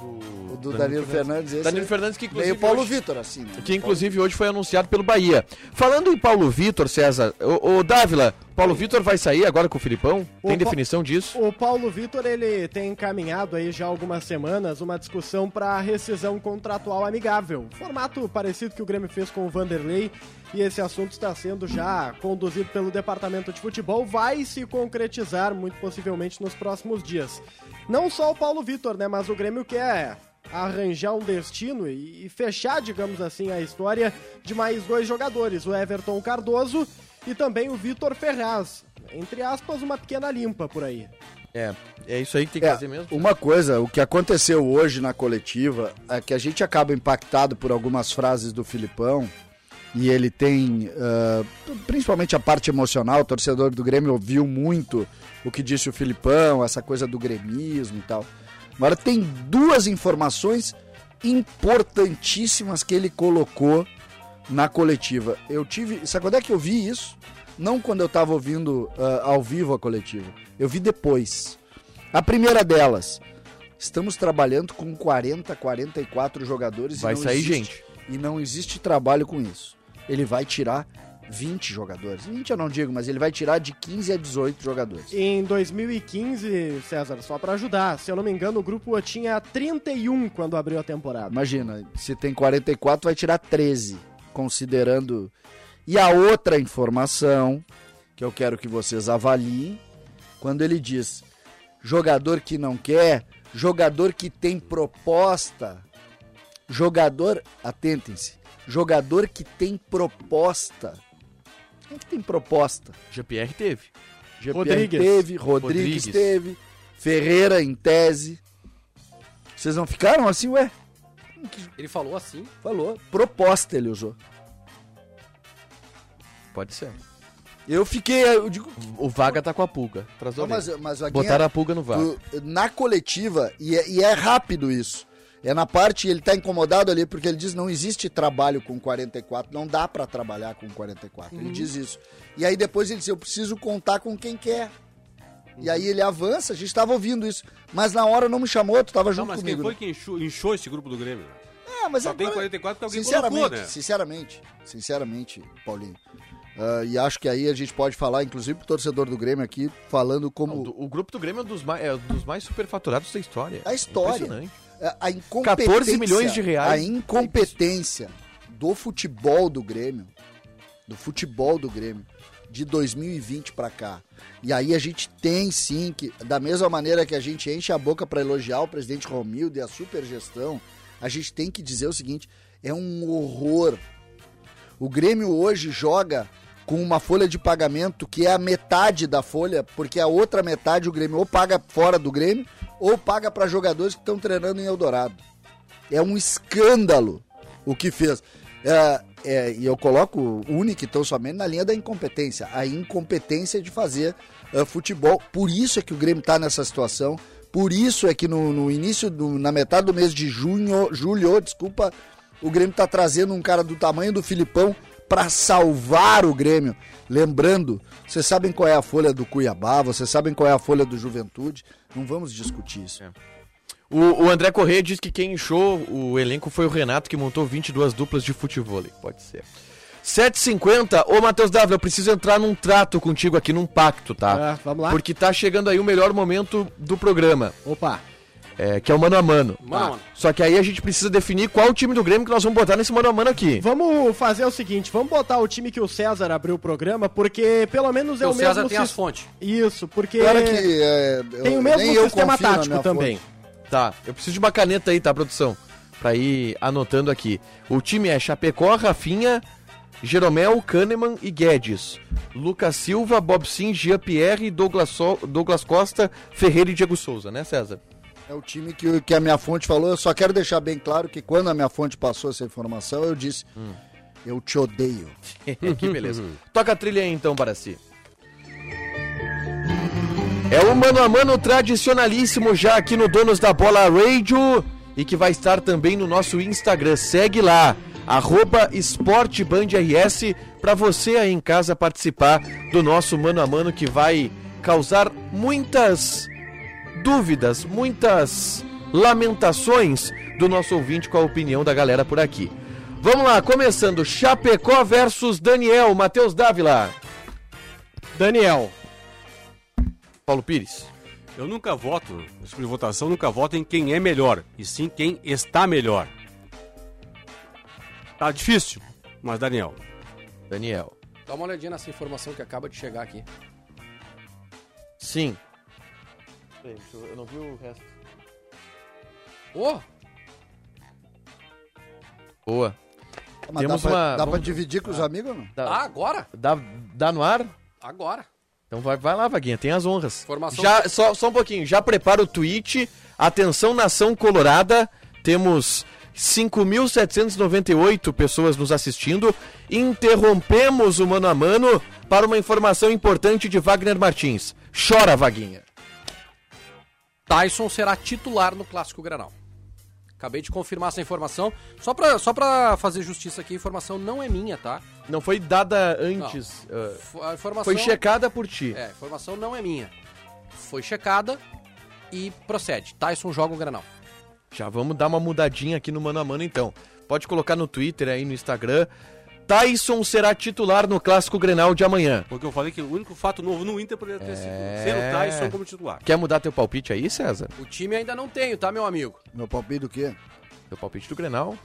Speaker 6: O do, Danilo Fernandes. esse
Speaker 2: Danilo
Speaker 6: é
Speaker 2: Fernandes que inclusive
Speaker 6: Meio Paulo
Speaker 2: hoje-
Speaker 6: Vitor, assim. Né?
Speaker 2: que inclusive hoje foi anunciado pelo Bahia. Falando em Paulo Vitor, César, o, Dávila, Paulo Vitor vai sair agora com o Filipão? Tem
Speaker 5: Opa.
Speaker 2: definição disso?
Speaker 5: O Paulo Vitor, ele tem encaminhado aí já há algumas semanas uma discussão para rescisão contratual amigável. Formato parecido que o Grêmio fez com o Vanderlei e esse assunto está sendo já conduzido pelo Departamento de Futebol, vai se concretizar muito possivelmente nos próximos dias. Não só o Paulo Vitor, né, mas o Grêmio quer arranjar um destino e, e fechar, digamos assim, a história de mais dois jogadores, o Everton Cardoso e também o Vitor Ferraz. Entre aspas, uma pequena limpa por aí.
Speaker 2: É, é isso aí que tem
Speaker 6: É, Uma coisa, o que aconteceu hoje na coletiva é que a gente acaba impactado por algumas frases do Filipão e ele tem, ah, principalmente a parte emocional, o torcedor do Grêmio ouviu muito o que disse o Filipão, essa coisa do gremismo e tal. Agora tem duas informações importantíssimas que ele colocou na coletiva. Eu tive. Sabe quando é que eu vi isso? Não quando eu tava ouvindo ah, ao vivo a coletiva. Eu vi depois. A primeira delas. Estamos trabalhando com 40, 44 jogadores
Speaker 2: Vai
Speaker 6: e não
Speaker 2: sair
Speaker 6: existe, E não existe trabalho com isso. Ele vai tirar 20 jogadores. 20 eu não digo, mas ele vai tirar de 15 a 18 jogadores.
Speaker 5: Em 2015, César, só pra ajudar, se eu não me engano, o grupo tinha 31 quando abriu a temporada.
Speaker 6: Imagina, se tem 44, vai tirar 13, considerando. E a outra informação que eu quero que vocês avaliem, quando ele diz jogador que não quer, jogador que tem proposta, jogador, atentem-se, jogador que tem proposta. Quem é que tem proposta?
Speaker 2: GPR teve.
Speaker 6: GPR
Speaker 5: Rodrigues.
Speaker 6: teve, Rodrigues,
Speaker 2: Rodrigues.
Speaker 6: teve, Ferreira em tese. Vocês não ficaram assim, ué?
Speaker 7: Ele falou assim.
Speaker 6: Falou. Proposta ele usou.
Speaker 2: Pode ser.
Speaker 6: Eu fiquei, eu digo,
Speaker 2: O Vaga tá com a pulga. Atrás da
Speaker 6: não, mas,
Speaker 2: orelha.
Speaker 6: mas a
Speaker 2: Botaram a pulga no Vaga.
Speaker 6: tu- na coletiva, e é, e é rápido isso. É na parte, ele tá incomodado ali porque ele diz não existe trabalho com 44, não dá pra trabalhar com 44. Ele diz isso. E aí depois ele diz, eu preciso contar com quem quer. E aí ele avança, a gente tava ouvindo isso. Mas na hora não me chamou, tu tava
Speaker 4: Não,
Speaker 6: junto
Speaker 4: mas quem
Speaker 6: comigo. né?
Speaker 4: foi que inchou, inchou esse grupo do Grêmio? né?
Speaker 6: É, mas
Speaker 4: Só
Speaker 6: é
Speaker 4: tem
Speaker 6: claro.
Speaker 4: 44 que alguém
Speaker 6: sinceramente,
Speaker 4: colocou, né?
Speaker 6: Sinceramente, sinceramente, Paulinho. Ah, e acho que aí a gente pode falar, inclusive pro torcedor do Grêmio aqui, falando como.
Speaker 2: Não, do- O grupo do Grêmio é um dos mais, é um dos mais superfaturados da história.
Speaker 6: Da história.
Speaker 2: Impressionante.
Speaker 6: a- a incompetência,
Speaker 2: 14 milhões de reais.
Speaker 6: A incompetência do futebol do Grêmio, do futebol do Grêmio, de 2020 pra cá. E aí a gente tem sim que, da mesma maneira que a gente enche a boca pra elogiar o presidente Romildo e a supergestão, a gente tem que dizer o seguinte: é um horror. O Grêmio hoje joga com uma folha de pagamento que é a metade da folha, porque a outra metade o Grêmio ou paga fora do Grêmio ou paga para jogadores que estão treinando em Eldorado. É um escândalo o que fez. É, é, e eu coloco o Unic tão somente na linha da incompetência. A incompetência de fazer é, futebol. Por isso é que o Grêmio está nessa situação. Por isso é que no, no início, do- na metade tá do mês de junho, julho, desculpa, o Grêmio está trazendo um cara do tamanho do Filipão para salvar o Grêmio. Lembrando, vocês sabem qual é a folha do Cuiabá, vocês sabem qual é a folha do Juventude. Não vamos discutir isso.
Speaker 2: O, o André Corrêa diz que quem inchou o elenco foi o Renato, que montou 22 duplas de futebol. Pode ser. 7h50. Ô, Matheus Dávila, eu preciso entrar num trato contigo aqui, num pacto, tá?
Speaker 5: Ah, vamos lá.
Speaker 2: Porque tá chegando aí o melhor momento do programa,
Speaker 5: Opa.
Speaker 2: é, que é o mano a mano.
Speaker 7: Mano a mano.
Speaker 2: Só que aí a gente precisa definir qual o time do Grêmio que nós vamos botar nesse mano a mano aqui.
Speaker 5: Vamos fazer o seguinte, vamos botar o time que o César abriu o programa, porque pelo menos é o,
Speaker 7: o
Speaker 5: mesmo...
Speaker 7: César tem
Speaker 5: sis-
Speaker 7: as fontes.
Speaker 5: Isso, porque
Speaker 6: Claro que é, eu-
Speaker 5: tem o
Speaker 6: nem
Speaker 5: mesmo
Speaker 6: eu
Speaker 5: sistema
Speaker 6: confio na
Speaker 5: tático
Speaker 6: minha
Speaker 5: também.
Speaker 2: Tá, eu preciso de uma caneta aí, tá, produção? Pra ir anotando aqui. O time é Chapecó, Rafinha, Jeromel, Kahneman e Guedes. Lucas Silva, Bob Sim, Jean-Pierre, Douglas, So- Douglas Costa, Ferreira e Diego Souza, né, César?
Speaker 6: É o time que, que a minha fonte falou. Eu só quero deixar bem claro que quando a minha fonte passou essa informação, eu disse: Eu te odeio. Ah,
Speaker 2: que beleza. Toca a trilha aí então para si. É o mano a mano tradicionalíssimo já aqui no Donos da Bola Radio e que vai estar também no nosso Instagram. Segue lá, arroba esportebandrs para você aí em casa participar do nosso mano a mano que vai causar muitas dúvidas, muitas lamentações do nosso ouvinte com a opinião da galera por aqui. Vamos lá, começando Chapecó versus Daniel, Matheus Dávila,
Speaker 5: Daniel,
Speaker 2: Paulo Pires.
Speaker 4: Eu nunca voto, sobre votação, nunca voto em quem é melhor, e sim quem está melhor. Tá difícil, mas Daniel.
Speaker 2: Daniel.
Speaker 7: Dá uma olhadinha nessa informação que acaba de chegar aqui.
Speaker 2: Sim. Eu não vi o resto.
Speaker 7: Ô,
Speaker 2: Boa.
Speaker 6: Mas
Speaker 2: Temos
Speaker 6: dá pra,
Speaker 2: uma-
Speaker 6: dá pra
Speaker 2: vamos-
Speaker 6: dividir com os amigos ou não?
Speaker 7: ah,
Speaker 2: Dá,
Speaker 7: agora?
Speaker 2: dá, dá no ar?
Speaker 7: Agora.
Speaker 2: Então vai, vai lá, Vaguinha, tem as honras.
Speaker 7: Formação-
Speaker 2: Já, só, só um pouquinho, já prepara o tweet. Atenção, nação colorada. Temos 5.798 pessoas nos assistindo. Interrompemos o mano a mano para uma informação importante de Wagner Martins. Chora, Vaguinha.
Speaker 7: Tyson será titular no Clássico Granal. Acabei de confirmar essa informação. Só pra, só pra fazer justiça aqui, a informação não é minha, tá?
Speaker 2: Não foi dada antes. ah,
Speaker 7: F- A informação...
Speaker 2: foi checada por ti.
Speaker 7: É, a informação não é minha. Foi checada e procede. Tyson joga o Granal.
Speaker 2: Já vamos dar uma mudadinha aqui no mano a mano então. Pode colocar no Twitter aí no Instagram. Tyson será titular no clássico Grenal de amanhã.
Speaker 4: Porque eu falei que o único fato novo no Inter poderia ter sido ser o Tyson como titular.
Speaker 2: Quer mudar teu palpite aí, César?
Speaker 7: O time ainda não tenho, tá, meu amigo?
Speaker 6: Meu palpite do quê?
Speaker 2: Teu palpite do Grenal?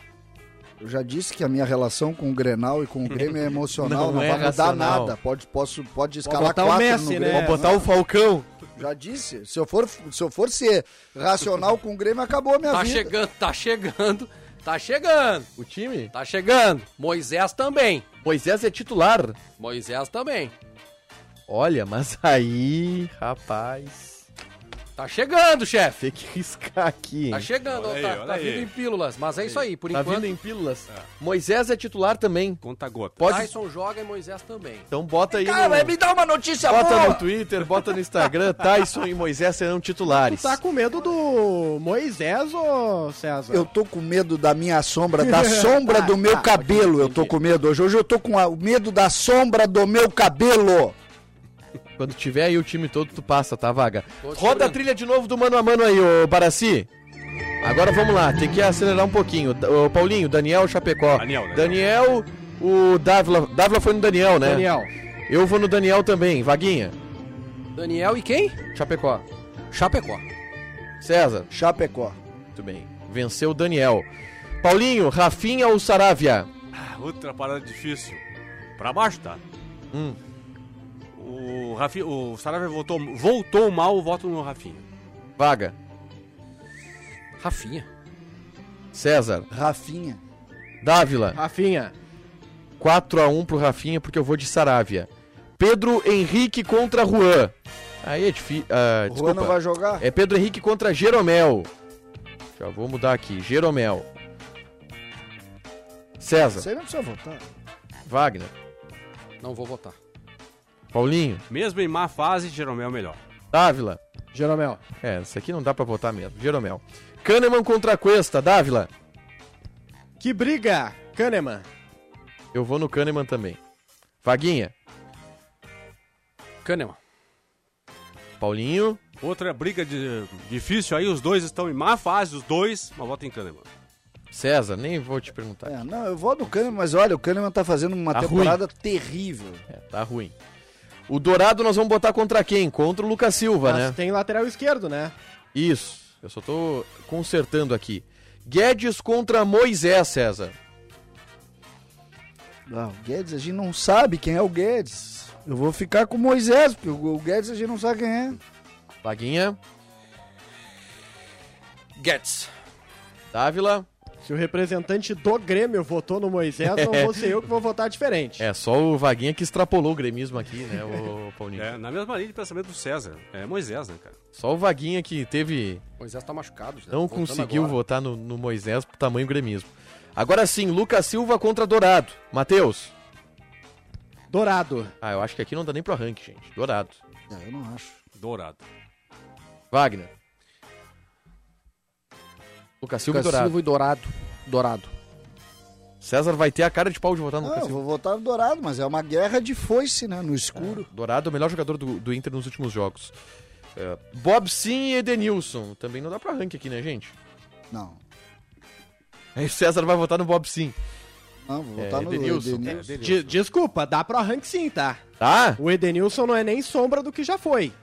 Speaker 6: Eu já disse que a minha relação com o Grenal e com o Grêmio é emocional,
Speaker 2: Não
Speaker 6: não,
Speaker 2: é
Speaker 6: vai mudar
Speaker 2: racional.
Speaker 6: nada. Pode, posso, pode escalar
Speaker 5: botar o
Speaker 6: quatro
Speaker 5: Messi,
Speaker 6: no Grêmio.
Speaker 5: né?
Speaker 2: Vou botar o Falcão.
Speaker 6: Já disse. Se eu, for, se eu for ser racional com o Grêmio, acabou a minha
Speaker 7: Tá
Speaker 6: vida.
Speaker 7: chegando, tá chegando, tá chegando,
Speaker 2: O time?
Speaker 7: tá chegando. Moisés também,
Speaker 2: Moisés é titular.
Speaker 7: Moisés também.
Speaker 2: Olha, mas aí, rapaz.
Speaker 7: Tá chegando, chefe.
Speaker 2: Tem que riscar aqui,
Speaker 7: Tá
Speaker 2: hein?
Speaker 7: chegando,
Speaker 4: Olha aí,
Speaker 7: tá,
Speaker 4: olha
Speaker 7: tá
Speaker 4: aí.
Speaker 7: vindo em pílulas. Mas é isso aí, por
Speaker 2: Tá
Speaker 7: enquanto. Ah.
Speaker 2: vindo em pílulas. Moisés é titular também.
Speaker 4: Conta gota.
Speaker 2: Pode.
Speaker 7: Tyson joga e Moisés também.
Speaker 2: Então bota aí. no-
Speaker 7: dá uma notícia
Speaker 2: Bota no Twitter, bota no Instagram. Tyson e Moisés serão
Speaker 7: um
Speaker 2: titulares.
Speaker 5: tá com medo do Moisés ou César?
Speaker 6: Eu tô com medo da minha sombra, da sombra do meu cabelo. Eu tô com medo hoje. Hoje eu tô com a- o medo da sombra do meu cabelo.
Speaker 2: Quando tiver aí o time todo, tu passa, tá, Vaga?
Speaker 7: Tô te
Speaker 2: Roda a
Speaker 7: olhando.
Speaker 2: trilha de novo do mano a mano aí, ô Baraci. Agora vamos lá, tem que acelerar um pouquinho. Da- Ô, Paulinho, Daniel Chapecó.
Speaker 4: Daniel,
Speaker 2: Daniel, o Dávila. Dávila foi no Daniel, né?
Speaker 5: Daniel.
Speaker 2: Eu vou no Daniel também, Vaguinha.
Speaker 7: Daniel e quem?
Speaker 2: Chapecó.
Speaker 7: Chapecó.
Speaker 2: César.
Speaker 6: Chapecó.
Speaker 2: Muito bem. Venceu o Daniel. Paulinho, Rafinha ou Saravia?
Speaker 4: Ah, outra parada difícil. Pra baixo, tá?
Speaker 2: Hum.
Speaker 4: O, Rafi, o Saravia voltou, voltou mal o voto no Rafinha.
Speaker 2: Vaga.
Speaker 7: Rafinha.
Speaker 2: César.
Speaker 6: Rafinha.
Speaker 2: Dávila.
Speaker 5: Rafinha.
Speaker 2: 4 a 1 pro Rafinha, porque eu vou de Saravia. Pedro Henrique contra Juan. Aí é difícil.
Speaker 6: O Juan
Speaker 2: desculpa.
Speaker 6: não vai jogar?
Speaker 2: É Pedro Henrique contra Jeromel. Já vou mudar aqui. Jeromel. César.
Speaker 6: Você não precisa votar.
Speaker 2: Wagner.
Speaker 7: Não vou votar.
Speaker 2: Paulinho.
Speaker 4: Mesmo em má fase, Jeromel é o melhor.
Speaker 2: Dávila.
Speaker 5: Jeromel.
Speaker 2: É, isso aqui não dá pra votar mesmo. Jeromel. Kahneman contra Cuesta. Dávila.
Speaker 5: Que briga, Kahneman.
Speaker 2: Eu Eu vou no Kahneman também. Vaguinha,
Speaker 7: Kahneman.
Speaker 2: Paulinho,
Speaker 4: Outra briga de- difícil aí, os dois estão em má fase, os dois, mas vota em Kahneman.
Speaker 2: César, nem vou te perguntar.
Speaker 6: É, não, eu vou no Kahneman, mas olha, o Kahneman tá fazendo uma
Speaker 2: Tá
Speaker 6: temporada terrível.
Speaker 2: É, tá ruim. O Dourado nós vamos botar contra quem? Contra o Lucas Silva,
Speaker 5: Mas
Speaker 2: né?
Speaker 5: tem lateral esquerdo, né?
Speaker 2: Isso. Eu só tô consertando aqui. Guedes contra Moisés, César.
Speaker 6: Ah, o Guedes, a gente não sabe quem é o Guedes. Eu vou ficar com o Moisés, porque o o Guedes a gente não sabe quem é.
Speaker 2: Vaguinha,
Speaker 7: Guedes.
Speaker 2: Dávila.
Speaker 5: Se o representante do Grêmio votou no Moisés, não vou ser eu que vou votar diferente.
Speaker 2: É, só o Vaguinha que extrapolou o gremismo aqui, né, o Paulinho?
Speaker 4: É, na mesma linha de pensamento do César. É Moisés, né, cara?
Speaker 2: Só o Vaguinha que teve.
Speaker 7: Moisés tá machucado. já.
Speaker 2: Não
Speaker 7: Voltando
Speaker 2: conseguiu
Speaker 7: agora.
Speaker 2: votar no, no Moisés pro tamanho gremismo. Agora sim, Lucas Silva contra Dourado. Matheus.
Speaker 5: Dourado.
Speaker 2: Ah, eu acho que aqui não dá nem pro arranque, gente. Dourado.
Speaker 6: Ah, eu não acho.
Speaker 4: Dourado.
Speaker 2: Wagner. Lucas Silva e
Speaker 7: Lucas
Speaker 2: Dourado.
Speaker 7: Silva e Dourado. Dourado.
Speaker 2: César vai ter a cara de pau de votar no
Speaker 6: Ah,
Speaker 2: Lucas
Speaker 6: eu
Speaker 2: Silva.
Speaker 6: vou votar no Dourado, mas é uma guerra de foice, né? No escuro.
Speaker 2: Dourado é o melhor jogador do, do Inter nos últimos jogos. É, Bob Sim e Edenilson. Também não dá pra ranking aqui, né, gente?
Speaker 6: Não.
Speaker 2: Aí o César vai votar no Bob Sim.
Speaker 6: Não, vou
Speaker 2: É,
Speaker 6: votar no
Speaker 2: Edenilson.
Speaker 6: Edenilson.
Speaker 5: De- desculpa, dá pro arranque sim, tá?
Speaker 2: Tá?
Speaker 5: O Edenilson não é nem sombra do que já foi.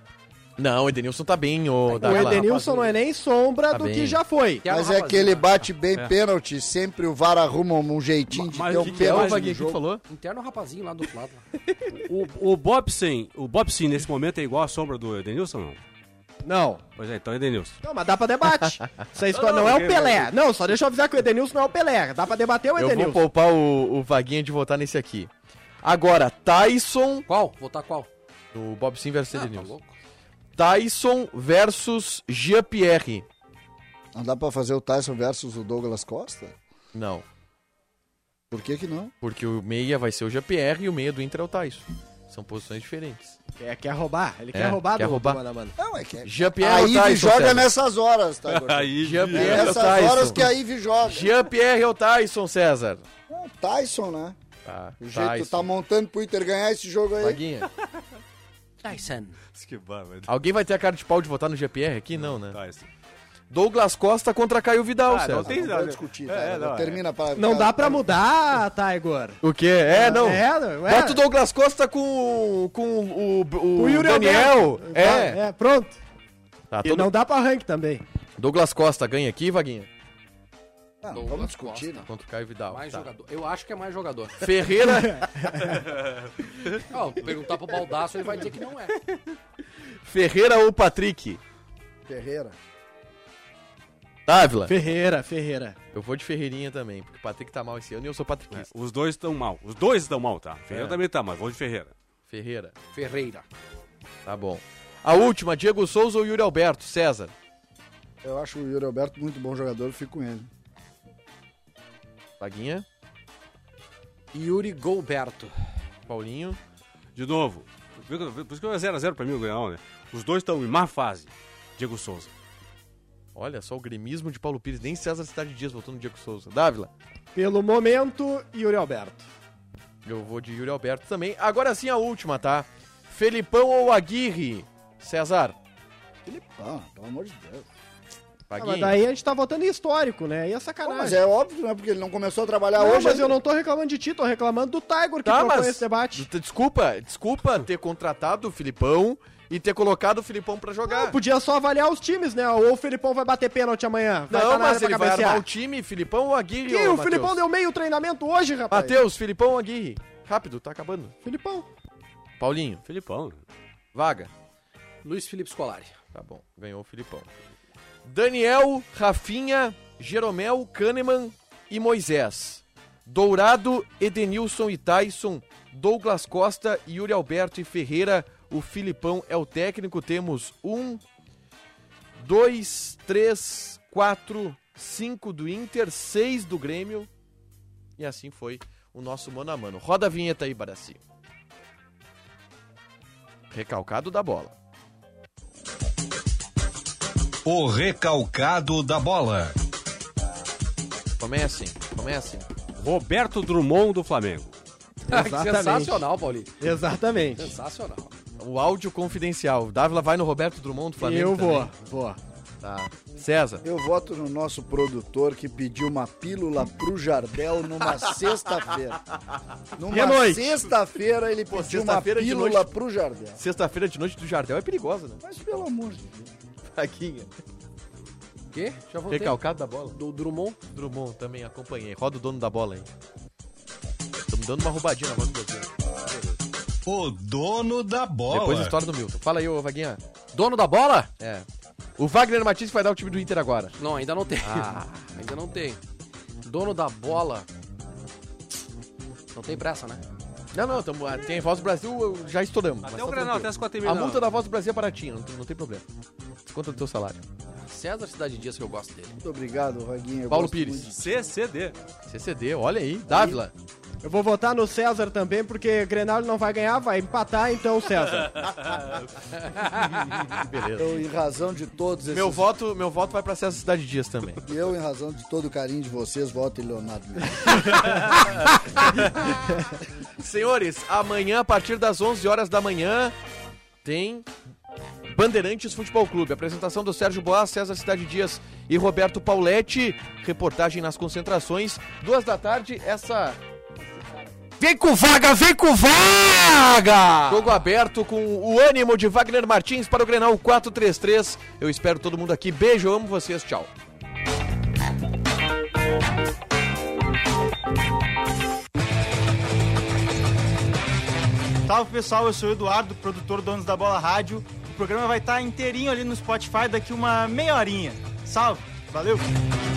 Speaker 2: Não, o Edenilson tá bem, ô
Speaker 5: o
Speaker 2: Dávila.
Speaker 5: Edenilson não é nem sombra
Speaker 2: Tá
Speaker 5: do
Speaker 2: bem.
Speaker 5: que já foi.
Speaker 7: Que
Speaker 6: Mas
Speaker 7: um
Speaker 6: é que ele
Speaker 4: né?
Speaker 7: rapazinho.
Speaker 6: bate bem pênalti, sempre o VAR arruma um jeitinho de
Speaker 4: É. Mas
Speaker 6: ter
Speaker 4: o
Speaker 6: um
Speaker 4: que que é,
Speaker 2: É o
Speaker 6: pênalti.
Speaker 2: Vaguinha que falou.
Speaker 7: Interno rapazinho lá do outro lado.
Speaker 4: O, o Bobson, o Bobson nesse momento é igual a sombra do Edenilson, não?
Speaker 5: Não.
Speaker 4: Pois é, então é Edenilson.
Speaker 5: Não, mas dá pra debate. Essa história não, é o Pelé. Não, só deixa eu avisar que o Edenilson não é o Pelé. Dá pra debater o
Speaker 2: Eu vou
Speaker 5: Edenilson.
Speaker 2: poupar o, o Vaguinha de votar nesse aqui. Agora, Tyson.
Speaker 7: qual? Votar qual?
Speaker 2: O Bob Sim versus
Speaker 7: Ah, tá
Speaker 2: Edenilson.
Speaker 7: louco.
Speaker 2: Tyson versus Jean-Pierre.
Speaker 6: Não dá pra fazer o Tyson versus o Douglas Costa?
Speaker 2: Não,
Speaker 6: Por que que não?
Speaker 2: porque o meia vai ser o Jean-Pierre e o meia do Inter é o Tyson. São posições diferentes.
Speaker 5: É, quer roubar. Ele
Speaker 2: É,
Speaker 5: quer roubar
Speaker 2: quer
Speaker 5: do,
Speaker 2: roubar.
Speaker 5: do Mano a Mano.
Speaker 6: Não, é que é...
Speaker 2: Jean-Pierre
Speaker 6: A
Speaker 2: ou
Speaker 6: Ive
Speaker 2: Tyson?
Speaker 6: joga
Speaker 2: César?
Speaker 6: nessa nessas horas, tá? Gordão?
Speaker 4: Aí,
Speaker 6: É
Speaker 2: Jean-Pierre ou
Speaker 6: nessas horas
Speaker 2: Tyson?
Speaker 6: que a Ive joga.
Speaker 2: Jean-Pierre ou Tyson, César?
Speaker 6: Não, Tyson, né?
Speaker 2: Tá,
Speaker 6: O jeito que tu tá montando pro Inter ganhar esse jogo aí. Ah,
Speaker 2: Vaguinha,
Speaker 7: Tyson.
Speaker 4: que barba.
Speaker 2: alguém vai ter a cara de pau de votar no GPR aqui? Não, né?
Speaker 4: Tá, isso.
Speaker 2: Douglas Costa contra Caio Vidal,
Speaker 4: Ah,
Speaker 2: César.
Speaker 4: não tem-
Speaker 6: Não pode discutir, tá?
Speaker 4: É, não,
Speaker 6: Termina pra...
Speaker 5: Não dá pra mudar, Tiger.
Speaker 2: O quê? É, não.
Speaker 5: É, não é.
Speaker 2: Bota o Douglas Costa com, com o, o,
Speaker 5: O Yuri
Speaker 2: Daniel.
Speaker 5: Alberto.
Speaker 2: É.
Speaker 5: É, pronto.
Speaker 2: Tá,
Speaker 5: E
Speaker 2: todo-
Speaker 5: não dá pra rank também.
Speaker 2: Douglas Costa ganha aqui, Vaguinha?
Speaker 6: "Ah, Não, vamos
Speaker 7: Douglas
Speaker 6: discutir, né?
Speaker 2: Contra o Caio Vidal.
Speaker 7: Mais
Speaker 2: tá.
Speaker 7: jogador. Eu acho que é mais jogador.
Speaker 2: Ferreira,
Speaker 7: Não, perguntar pro Baldaço, ele vai dizer que não é.
Speaker 2: Ferreira ou Patrick?
Speaker 6: Ferreira.
Speaker 2: Dávila.
Speaker 5: Ferreira, Ferreira.
Speaker 2: Eu vou de Ferreirinha também, porque o Patrick tá mal esse ano e eu sou patriquista.
Speaker 4: Os dois estão mal. Os dois estão mal, tá?
Speaker 2: É.
Speaker 4: Ferreira também tá, mas vou de Ferreira.
Speaker 5: É.
Speaker 2: Ferreira.
Speaker 7: Ferreira.
Speaker 2: Tá bom. A última, Diego Souza ou Yuri Alberto? César.
Speaker 6: Eu acho o Yuri Alberto muito bom jogador, eu fico com ele.
Speaker 2: Vaguinha,
Speaker 7: Yuri Golberto.
Speaker 2: Paulinho.
Speaker 4: De novo. viu que eu- Por isso que é 0x0 pra mim o Grenal, né? Os dois estão em má fase. Diego Souza.
Speaker 2: Olha só o gremismo de Paulo Pires. Nem César Cidade Dias voltou no Diego Souza. Dávila.
Speaker 5: Pelo momento, Yuri Alberto.
Speaker 2: Eu vou de Yuri Alberto também. Agora sim a última, tá? Felipão ou Aguirre? César.
Speaker 6: Ah, pelo amor de Deus.
Speaker 5: Ah, mas
Speaker 2: Vaguinha.
Speaker 5: daí a gente tá votando em histórico, né? E é
Speaker 6: Pô, mas
Speaker 5: sacanagem.
Speaker 6: é óbvio, né? Porque ele não começou a trabalhar
Speaker 5: Não,
Speaker 6: hoje.
Speaker 5: mas
Speaker 6: né?
Speaker 5: eu não tô reclamando de ti, tô reclamando do Tiger que
Speaker 2: é Tá,
Speaker 5: propõe
Speaker 2: mas-
Speaker 5: esse debate.
Speaker 2: Desculpa, desculpa ter contratado o Filipão e ter colocado o Filipão pra jogar.
Speaker 5: Podia só avaliar os times, né? Ou o Felipão vai bater pênalti amanhã. vai
Speaker 2: Não,
Speaker 5: tá na área
Speaker 2: mas
Speaker 5: pra
Speaker 2: ele vai
Speaker 5: cabecear.
Speaker 2: armar o time, Filipão ou Aguirre?
Speaker 5: Que?
Speaker 2: ô,
Speaker 5: O
Speaker 2: Matheus?
Speaker 5: Filipão deu meio treinamento hoje, rapaz.
Speaker 2: Matheus, Filipão ou Aguirre? Rápido, tá acabando.
Speaker 5: Filipão.
Speaker 2: Paulinho,
Speaker 4: Felipão. né?
Speaker 2: vaga.
Speaker 7: Luiz Felipe Scolari.
Speaker 2: Tá bom, ganhou o Filipão. Daniel, Rafinha, Jeromel, Kahneman e Moisés. Dourado, Edenilson e Tyson, Douglas Costa, Yuri Alberto e Ferreira. O Filipão é o técnico. Temos um, dois, três, quatro, cinco do Inter, seis do Grêmio. E assim foi o nosso mano a mano. Roda a vinheta aí, Baraci. Recalcado da bola.
Speaker 1: O recalcado da bola.
Speaker 2: Comecem, comecem. é assim?
Speaker 4: Roberto Drummond do Flamengo.
Speaker 5: Exatamente.
Speaker 7: Sensacional, Paulinho.
Speaker 5: Exatamente.
Speaker 7: Sensacional.
Speaker 2: O áudio confidencial. O Dávila vai no Roberto Drummond do Flamengo.
Speaker 5: Eu
Speaker 2: também.
Speaker 5: vou, vou.
Speaker 2: Tá. César.
Speaker 6: Eu voto no nosso produtor que pediu uma pílula pro Jardel numa sexta-feira.
Speaker 5: à
Speaker 6: Numa
Speaker 5: noite.
Speaker 6: sexta-feira ele pediu uma
Speaker 2: sexta-feira de
Speaker 6: pílula
Speaker 2: noite.
Speaker 6: pro Jardel.
Speaker 2: Sexta-feira de noite do Jardel é perigosa, né?
Speaker 6: Mas pelo amor de Deus.
Speaker 2: Faquinha.
Speaker 7: Quê? Já voltei.
Speaker 2: Recalcado da bola.
Speaker 7: Do Drummond.
Speaker 2: Drummond também acompanhei. Roda o dono da bola aí. Estamos dando uma roubadinha na voz do Brasil.
Speaker 1: O dono da bola.
Speaker 2: Depois a história do Milton. Fala aí, ô Vaguinha.
Speaker 7: Dono da bola?
Speaker 2: É. O Wagner Matisse vai dar o time do Inter agora.
Speaker 7: Não, ainda não tem. ainda não tem. Dono da bola. Não tem pressa, né?
Speaker 2: Não, não, tamo, ah, tem a Voz do Brasil, eu- já estouramos. mas
Speaker 4: Até
Speaker 2: tá
Speaker 4: o Granal,
Speaker 2: tranquilo.
Speaker 4: até as quatro e meia.
Speaker 2: A multa da Voz do Brasil é baratinha, não tem, não tem problema. Desconta do teu salário.
Speaker 7: César Cidade Dias que é eu gosto dele.
Speaker 6: Muito obrigado, Vaguinha. Eu
Speaker 2: Paulo
Speaker 6: gosto
Speaker 2: Pires.
Speaker 6: muito
Speaker 4: CCD.
Speaker 2: CCD, olha aí. Dávila.
Speaker 5: Eu vou votar no César também, porque Grenal não vai ganhar, vai empatar, então César.
Speaker 6: de- Eu, em razão de todos esses...
Speaker 2: Meu voto, meu voto vai pra César Cidade Dias também.
Speaker 6: Eu, em razão de todo o carinho de vocês, voto em Leonardo Mendes.
Speaker 2: Senhores, amanhã, a partir das 11 horas da manhã, tem Bandeirantes Futebol Clube. Apresentação do Sérgio Boas, César Cidade Dias e Roberto Pauletti. Reportagem nas concentrações. Duas da tarde, essa
Speaker 7: Vem com vaga, vem com vaga!
Speaker 2: Jogo aberto com o ânimo de Wagner Martins para o Grenal 433. Eu espero todo mundo aqui. Beijo, eu amo vocês. Tchau.
Speaker 9: Salve pessoal, eu sou o Eduardo, produtor do Donos da Bola Rádio. O programa vai estar inteirinho ali no Spotify daqui uma meia horinha. Salve, valeu!